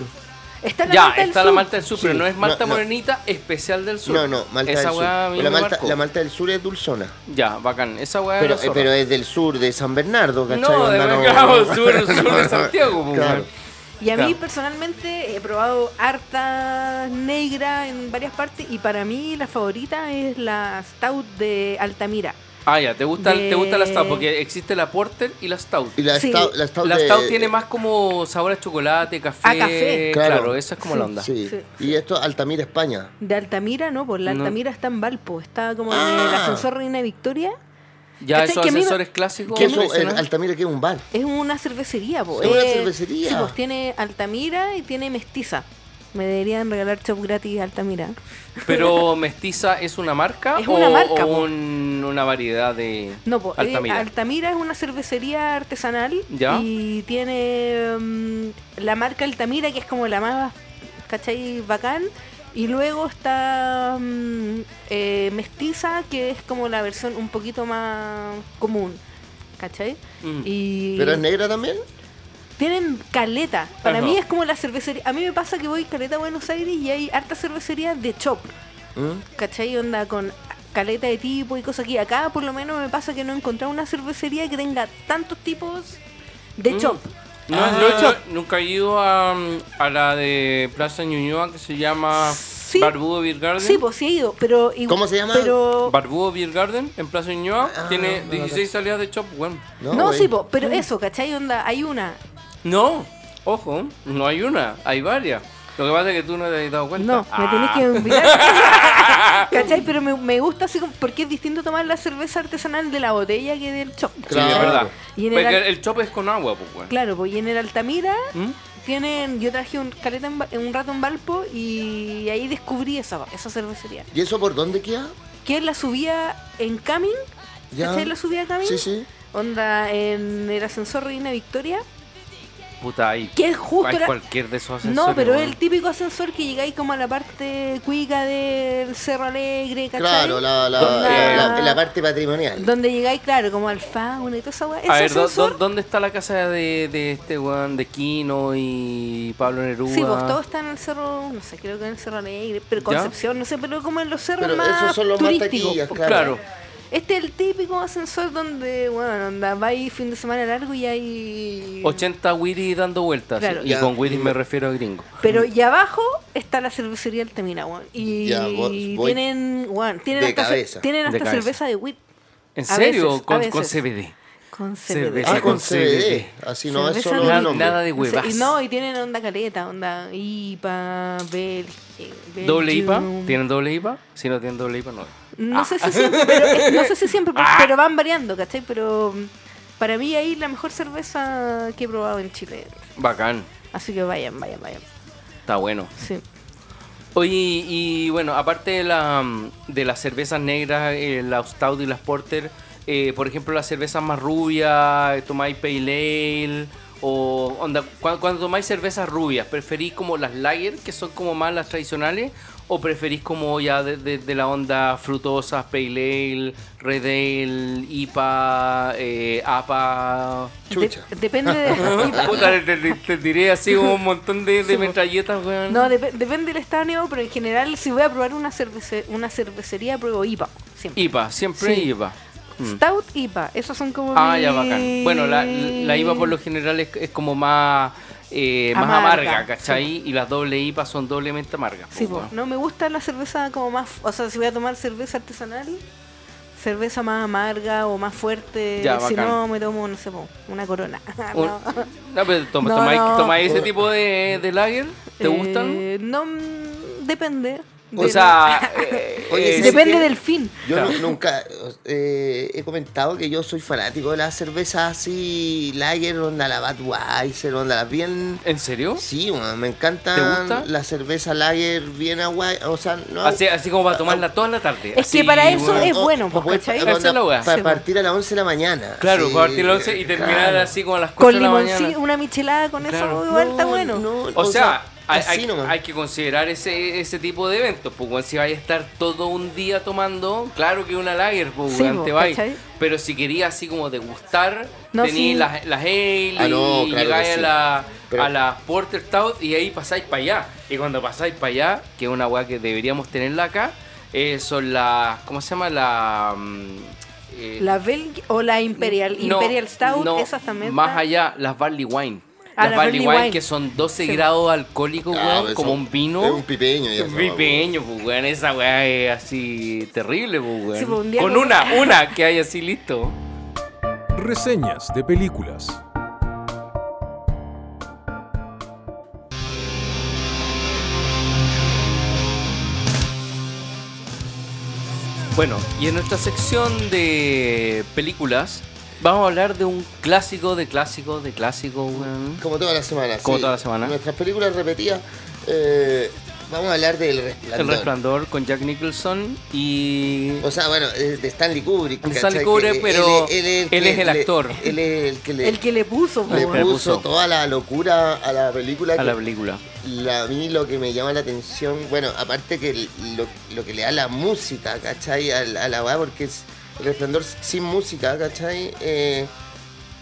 Está la ya, malta del está la sur. Malta del Sur, pero Sí, no es Malta no, no. Morenita Especial del Sur. No, no, malta esa del sur. hueá a mí La me malta, marcó. la malta del sur es dulzona. Ya, bacán. Esa hueá Pero, eh, era zorra. pero es del sur de San Bernardo, ¿cachai? No, de Onda, Mercado Sur, sur de Santiago. po, Claro. weón. Y a mí Claro. personalmente he probado harta negra en varias partes y para mí la favorita es la Stout de Altamira. Ah, ya, te gusta, De- te gusta la Stout, porque existe la Porter y la Stout. Y la Sí. stout, la stout La de- Stout tiene más como sabor a chocolate, café. A Ah, café. Claro, Claro. esa es como la onda. Sí. Sí. Y esto Altamira, España. De Altamira, no, pues la No. Altamira está en Valpo, está como Ah. en el ascensor Reina Victoria. Ya ¿Cachai esos que a mí me- asesores clásicos. Que eso, en tradicionales. Altamira que es un bar. Es una cervecería, pues. Es una cervecería. Sí, pues tiene Altamira y tiene Mestiza. Me deberían regalar chop gratis Altamira. Pero mestiza es una marca Es una o, marca, o po. un- una variedad de No, pues eh, Altamira. Altamira. es una cervecería artesanal Ya. y tiene mm, la marca Altamira, que es como la más, ¿cachai? Bacán. Y luego está mm, eh, Mestiza, que es como la versión un poquito más común, ¿cachai? Mm. Y ¿Pero es negra también? tienen caleta. Para Ajá. mí es como la cervecería. A mí me pasa que voy caleta a Buenos Aires y hay harta cervecería de chop. ¿Mm? ¿Cachai? Onda con caleta de tipo y cosas aquí. Acá por lo menos me pasa que no he encontrado una cervecería que tenga tantos tipos Mm, de chop. No, Ah. no, no, nunca he ido a, a la de Plaza Ñuñoa que se llama Sí. Barbudo Beer Garden. Sí, pues sí he ido, pero... igu- ¿Cómo se llama? Pero... Barbudo Beer Garden en Plaza Ñuñoa Ah, tiene no, no, 16 salidas de chop, bueno. No, güey. sí, po, Mm. pero eso, ¿cachai? Onda, hay una. No, ojo, no hay una, hay varias. Lo que pasa es que tú no te has dado cuenta. No, me tenés Ah. que invitar. ¿Cachai? Pero me, me gusta así como- porque es distinto tomar la cerveza artesanal de la botella que del chop. Sí, es verdad. Y en el Porque al- el chop es con agua, pues, weón. Claro, pues y en el Altamira ¿Mm? tienen, yo traje un caleta en, Ba- un rato en Valpo y ahí descubrí esa, esa cervecería. ¿Y eso por dónde queda? Que la subía en Camin, Ya. ¿cachai? La subía a Camin, Sí, sí. onda en el ascensor Reina Victoria, Puta, ahí. que es justo Hay la- cualquier de esos ascensores. No, pero es weón. el típico ascensor que llegáis como a la parte cuica del Cerro Alegre, ¿cachai? Claro, la, la, Donde- la- la parte patrimonial. Donde llegáis, claro, como al fauna y toda esa weá. A Ese ver, ¿dó- ascensor- dó- ¿dónde está la casa de, de este weón de Kino y Pablo Neruda? Sí, pues todo está en el cerro, no sé, creo que en el cerro Alegre, pero ¿Ya? Concepción, no sé, pero como en los cerros Pero más esos son los más turísticos. pues, taquillas, po. Claro. Claro. Este es el típico ascensor donde, bueno, onda, vais fin de semana largo y hay... 80 Willy dando vueltas. Claro. Y Ya. con Willy me refiero a gringo. Pero y abajo está la cervecería Altamira, weón. Y Ya, voy- voy tienen, weón, tienen de hasta, ce- cabeza. tienen De hasta cabeza. cerveza de wheat. ¿En A serio? veces, a con, con veces. CBD. Con Cerveza. cerveza. Ah, con CBD. CBD. Así no es Cerveza de- solo el Nada, nombre. nada de No sé, huevas. y no, y tienen onda caleta, onda IPA, Belgi- Belgium. ¿Doble IPA? ¿Tienen Ah. doble IPA? Si no tienen doble IPA, no. No sé si siempre, pero, eh, no sé si siempre, Ah. pero, pero van variando, ¿cachai? Pero mm, para mí ahí la mejor cerveza que he probado en Chile. Bacán. Así que vayan, vayan, vayan. Está bueno. Sí. Oye, y, y bueno, aparte de, la, de las cervezas negras, eh, la Stout y las Porter, eh, por ejemplo, las cervezas más rubias, eh, tomáis Pale Ale, o onda, cuando, cuando tomáis cervezas rubias, ¿preferís como las Lager, que son como más las tradicionales, o preferís como ya de, de- de la onda frutosas, Pale Ale, Red Ale, IPA, eh, APA? Chucha. Dep- depende de... Puta, te, te- te tiré así como un montón de, de metralletas, weón. No, dep- depende del estado de ánimo, pero en general si voy a probar una, cervece- una cervecería, pruebo IPA. Siempre. IPA, siempre Sí. IPA. Mm. Stout, IPA. Esos son como Ah, ya mis- bacán. Bueno, la, la IVA por lo general es, es como más eh, más Amarga, amarga, ¿cachai? Y las doble IPA son doblemente amargas. Sí, po, po. weón. no me gusta la cerveza como más. O sea, si voy a tomar cerveza artesanal, cerveza más amarga o más fuerte. Ya, si bacán. no, me tomo, no sé, po, una corona. Un- No. No, pero toma- No, tomáis- no. tomáis ese tipo de, de lager, ¿te Eh, gustan? No, mm, depende. O del- sea, eh, Oye, eh, sí, depende que- del fin. Yo Claro. nu- nunca eh, he comentado que yo soy fanático de las cervezas así, Lager, onda la Budweiser, onda las bien... ¿en serio? Sí, weón, me encantan ¿Te gusta? la cerveza Lager bien agua, o sea, no... Así, así como para tomarla toda la tarde. Es que así, para eso weón. es bueno, pues, pa- poder- ¿cachai? onda, Esa es la weá. Para Sí, pues. partir a las 11 de la mañana. Claro, sí, para partir las 11 y terminar claro. así como a las 4 Con de la limoncillo, mañana. una michelada con Claro. eso, igual está No, bueno. no, O sea, hay, así hay- nomás. hay que considerar ese, ese tipo de eventos. Pues, weón, si vais a estar todo un día tomando, claro que una lager, pues, Sí, weón, po, te vais. ¿cachai? Pero si querías así como degustar, No, tenís sí. las, las ale Ah, no, y claro llegáis que a sí. la, Pero- a la Porter Stout y ahí pasáis para allá. Y cuando pasáis para allá, que es una weá que deberíamos tenerla acá, eh, son las. ¿Cómo se llama? La. mm, eh, La Belgi o la Imperial, no, Imperial Stout, no, esas también. Más está- allá, las Barley Wine. Ah, las las Barley, Barley Wine, Wine. que son 12 Sí. grados alcohólicos, Ah, weón, pero como son- un vino. Es un pipeño. y Es esa muy weá, pequeño, pues, weón. Esa weá es así terrible, pues, weón. Sí, pues, un día Con como- una, una que hay así listo. Reseñas de películas. Bueno, y en nuestra sección de películas, vamos a hablar de un clásico de clásico de clásico, weón. Como todas las semanas. Como sí. todas las semanas. Nuestras películas repetidas. eh, vamos a hablar del resplandor. El resplandor con Jack Nicholson y. O sea, bueno, es de Stanley Kubrick. Stanley ¿cachai? Que Kubrick, pero que él es el le- actor. Él es el que le, El que le puso, le po, le puso. puso toda la locura a la película. Ah. a que la película. la- a mí lo que me llama la atención, bueno, aparte que el- lo, lo que le da la música, ¿cachai? A, la- a la weá, porque es el resplandor sin música, ¿cachai? Eh,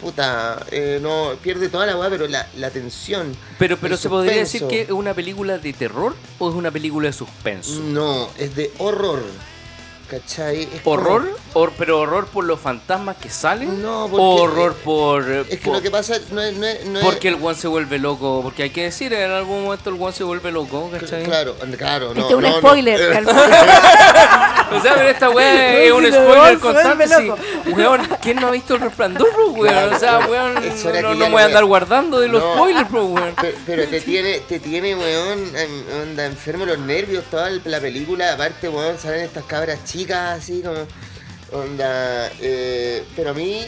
puta, eh, no, pierde toda la weá, pero la, la tensión. Pero, el pero se podría decir suspenso. que es una película de terror o es una película de Mm, suspenso. No, es de horror, ¿cachai? Es como- ¿Horror? Hor- ¿Pero horror por los fantasmas que salen? No, porque- ¿O horror por...? eh, Es que por- lo que pasa no es... No es- no es- porque el one se vuelve loco, porque hay que decir, en algún momento el one se vuelve loco, ¿cachai? Claro, claro, no. Este es un no, no. spoiler, Eh, calma. O sea, pero esta weá No, es un si lo spoiler Ron se vuelve constante. sí. loco. Weón, ¿quién no ha visto el resplandor, bro, weón? Claro, o sea, pero weón, eso era no, no que ya me no voy a era. andar guardando de los No. spoilers, bro, weón. Pero, pero te tiene, te tiene, weón, en- onda, enfermo los nervios, toda el- la película, aparte, weón, salen estas cabras chicas, así como, onda, eh, pero a mí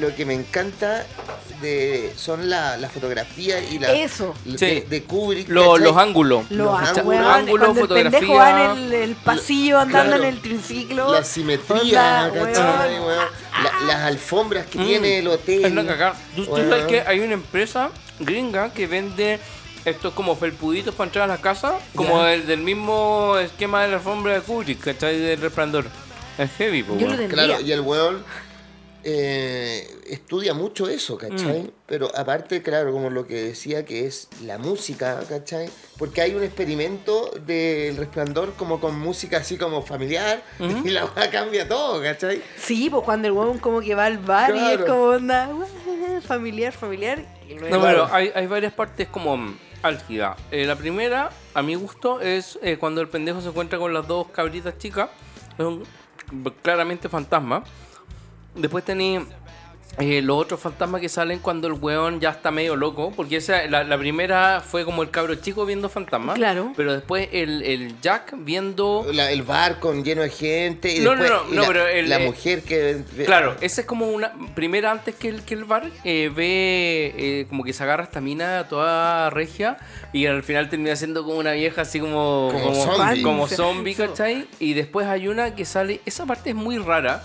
lo que me encanta de, son la, la fotografía y la... Eso. de- Sí. De, Kubrick. Lo- ¿cachai? los ángulos. Lo Los hago, ángulos, weón. ángulos, Cuando el pendejo fotografía. va en el, el pasillo andando claro. en el triciclo. La simetría, Onda, ¿cachai, weón. weón? La- las alfombras que Mm. tiene el hotel. Es una cagada. ¿Tú, tú Weón. sabes que hay una empresa gringa que vende estos como felpuditos para entrar a las casas? Como el del mismo esquema de la alfombra de Kubrick, ¿cachai? Del resplandor. Es heavy, po, Yo weón. lo tendría. Claro, y el weón eh, estudia mucho eso, ¿cachai? Mm. Pero aparte, claro, como lo que decía que es la música, ¿cachai? Porque hay un experimento del resplandor como con música así como familiar y la weá cambia todo, ¿cachai? Sí, pues cuando el weón como que va al bar y es Claro. como onda weón, familiar, familiar. y luego- No, Claro. pero hay, hay varias partes como mm, álgidas. Eh, la primera, a mi gusto, es eh, cuando el pendejo se encuentra con las dos cabritas chicas. Son claramente fantasmas. Después tenéis eh, los otros fantasmas que salen cuando el weón ya está medio loco. Porque esa, la, la primera fue como el cabro chico viendo fantasmas. Claro. Pero después el, el Jack viendo... La- el bar con lleno de gente y No, no, después no, y no, la, pero el- la eh, mujer que... Claro, esa es como una. Primera, antes que el, que el bar, eh, ve eh, como que se agarra esta mina toda regia y al final termina siendo como una vieja así como. Como zombie. como zombie, ¿cachai? Y después hay una que sale. Esa parte es muy rara.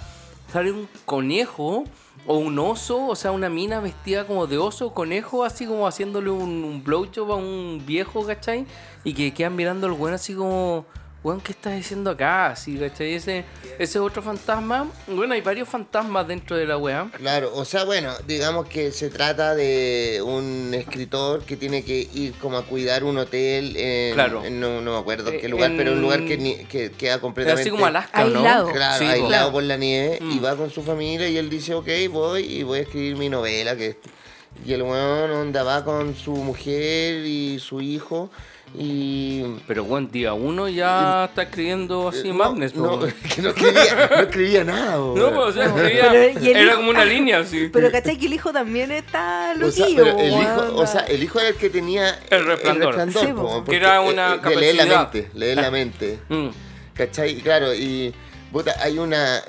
Sale un conejo o un oso, o sea, una mina vestida como de oso, conejo, así como haciéndole un, un blowjob a un viejo, ¿cachai? Y que quedan mirando al weón así como. Weón, ¿qué estás diciendo acá? Así, ¿cachai? Ese, ese otro fantasma. Bueno, hay varios fantasmas dentro de la weá. Claro, o sea, bueno, digamos que se trata de un escritor que tiene que ir como a cuidar un hotel en, Claro. en- no, no me acuerdo Eh, qué lugar, pero un lugar que, en- ni- que queda completamente Así como Alaska, ¿no? Aislado. Claro, Sí, po. Mm. aislado por la nieve y va con su familia y él dice, ok, voy y voy a escribir mi novela que Y el weón onda va con su mujer y su hijo y... Pero bueno, día uno ya está escribiendo así Eh, no, Madness, po, no, weón. que no escribía, no escribía nada, po, No, weón. pues, o sea, Pero, ¿y escribía- el era hijo? como una línea así. Pero cachai que el hijo también está O sea, loquillo. pero el weón. hijo, o sea, el hijo era el que tenía El resplandor. Sí, po. po, Que porque, era una eh, eh, de leer la capacidad. mente, leer la mente. Mm. ¿Cachai? Y Claro, y puta, hay una, eh,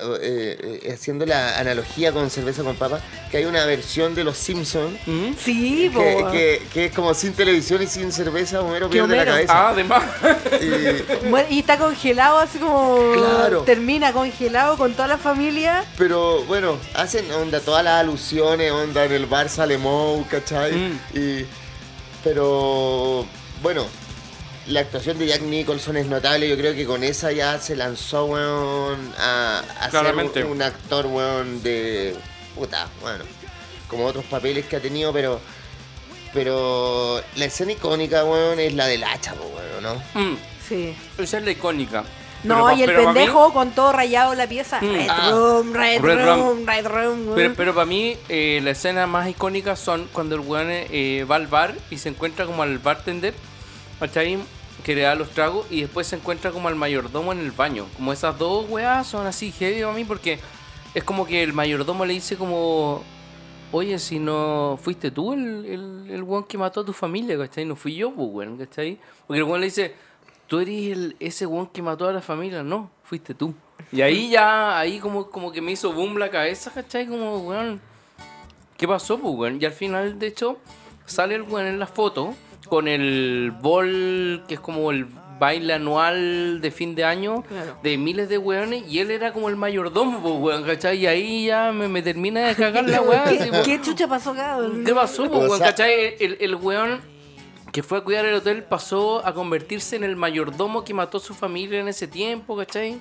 eh, haciendo la analogía con cerveza con papa, que hay una versión de Los Simpsons Mm. sí, po, que, weón. que- que es como sin televisión y sin cerveza, Homero Que pierde la Homero. cabeza. Ah, además. Y- Muere- y está congelado así como Claro. termina congelado con toda la familia. pero bueno, hacen onda todas las alusiones, onda en el bar sale Moe, ¿cachai? Mm. Y, pero bueno, la actuación de Jack Nicholson es notable, yo creo que con esa ya se lanzó, weón, a, a ser Claramente. un, un actor, weón, de... Puta, bueno, como otros papeles que ha tenido, pero... Pero la escena icónica, weón, es la del hacha, po, weón, ¿no? Mm. Sí. Esa es la icónica. No, Pero pa- y el pero pa' mí- pendejo con todo rayado la pieza. Mm. Red Ah. room, red, Red room, red room. weón. Pero, pero para mí, eh, la escena más icónica son cuando el weón eh, va al bar y se encuentra como al bartender, ¿cachai? Que le da los tragos y después se encuentra como al mayordomo en el baño. Como esas dos weas son así heavy a mí porque es como que el mayordomo le dice como... Oye, si no fuiste tú el, el, el weón que mató a tu familia, ¿cachai? No fui yo, pues, weón, ¿cachai? Porque el weón le dice, tú eres el, ese weón que mató a la familia, no, fuiste tú. Y ahí ya, ahí como, como que me hizo boom la cabeza, ¿cachai? Como, weón, ¿qué pasó, pues, weón? Y al final, de hecho, sale el weón en la foto con el bol, que es como el baile anual de fin de año Claro. de miles de weones, y él era como el mayordomo, pues, weón, ¿cachai? Y ahí ya me, me termina de cagar la weá. así, ¿Qué, pues. qué chucha pasó acá? weón? ¿Qué pasó, po, O weón? sea- ¿Cachai? El, el weón que fue a cuidar el hotel pasó a convertirse en el mayordomo que mató a su familia en ese tiempo, ¿cachai?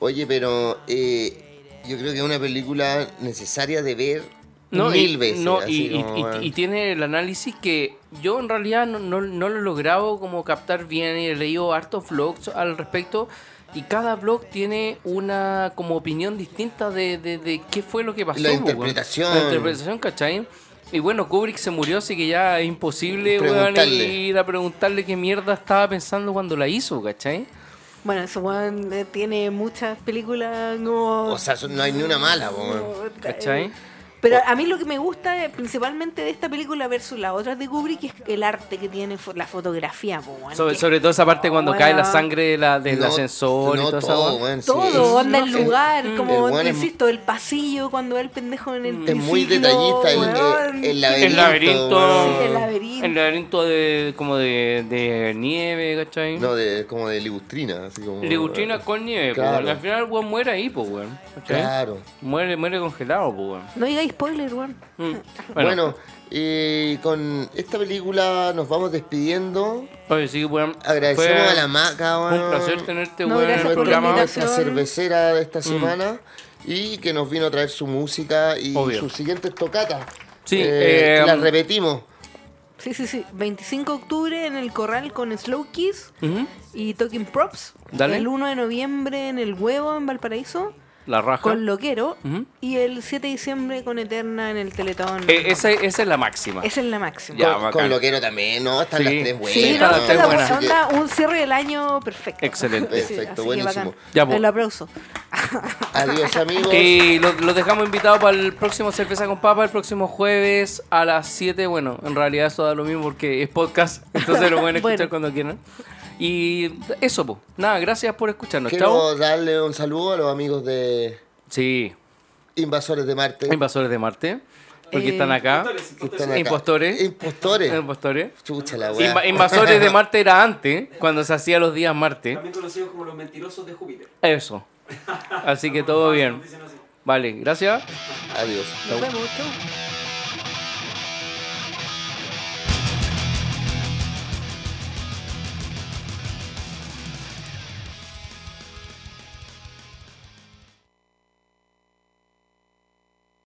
Oye, pero eh, yo creo que es una película necesaria de ver mil y, veces. no, así y, y- como, y- bueno. y tiene el análisis que yo en realidad no, no, no lo he logrado como captar bien. He leído hartos vlogs al respecto y cada blog tiene una como opinión distinta de, de, de qué fue lo que pasó. La po, weón. interpretación. La interpretación, ¿cachai? Y bueno, Kubrick se murió, así que ya es imposible weón, Preguntarle. ir a preguntarle qué mierda estaba pensando cuando la hizo, ¿cachai? Bueno, ese weón eh, tiene muchas películas como. O sea, son- no hay ni una mala, po, weón. como- eh, ¿Cachai? Pero a mí lo que me gusta eh, principalmente de esta película versus las otras de Kubrick es el arte que tiene fo- la fotografía, po, weón. Sobre, Que- sobre todo esa parte cuando Weón. cae la sangre de la, del No- ascensor y no todo, todo, eso. weón, sí. todo, Es- onda el es- lugar, Mm. como el weón es- insisto, el pasillo cuando ve el pendejo en el Es muy triciclo, detallista el, eh, weón. el- el laberinto. El laberinto. Sí, el weón. laberinto. El laberinto de, como de, de nieve, ¿cachai? No, de, como de ligustrina, así como. eh, Ligustrina con nieve, po, Claro. weón. Al final, weón, muere ahí, pues, weón. ¿cachai? Claro. Muere, muere congelado, pues, weón. No digáis spoiler, weón. Mm. Bueno, eh, con esta película nos vamos despidiendo. oye, sí, weón. Agradecemos fue a la maca, weón. Un placer tenerte, No, weón, en gracias el por la programa. invitación. nuestra cervecera de Mm. esta semana y que nos vino a traer su música y Obvio. sus siguientes tocatas. Sí, Eh, eh, las repetimos. Sí, sí, sí. 25 de octubre en el Corral con Slow Kiss Ujú. y Talking Props. Dale. El 1 de noviembre en El Huevo, en Valparaíso, La raja. con Loquero. Ujú. Y el 7 de diciembre con Eterna en el Teletón. Eh, esa, esa es la máxima. Esa es la máxima. Ya, con, bacán. con Loquero también, ¿no? Están Sí. las tres buenas. Sí, Sí, no, está esta Están es está la las buena. tres buena buenas. onda, un cierre del año perfecto. Excelente. Perfecto, así que buenísimo. bacán. Ya, pues. po. El aplauso. Adiós, amigos. Y los los dejamos invitados para el próximo Cerveza con Papa, el próximo jueves a las 7. Bueno, en realidad eso da lo mismo porque es podcast, entonces lo pueden escuchar Bueno. cuando quieran. Y eso, pues. Nada, gracias por escucharnos. Quiero Chao. darle un saludo a los amigos de Sí, Invasores de Marte. invasores de Marte, porque Eh, están acá. que están acá. Impostores. Impostores. Impostores. Chucha la wea. Inva- invasores de Marte era antes, cuando se hacía los días Marte. También conocidos como los mentirosos de Júpiter. Eso. Así que todo bien. Vale, gracias. Adiós. Nos vemos, chau.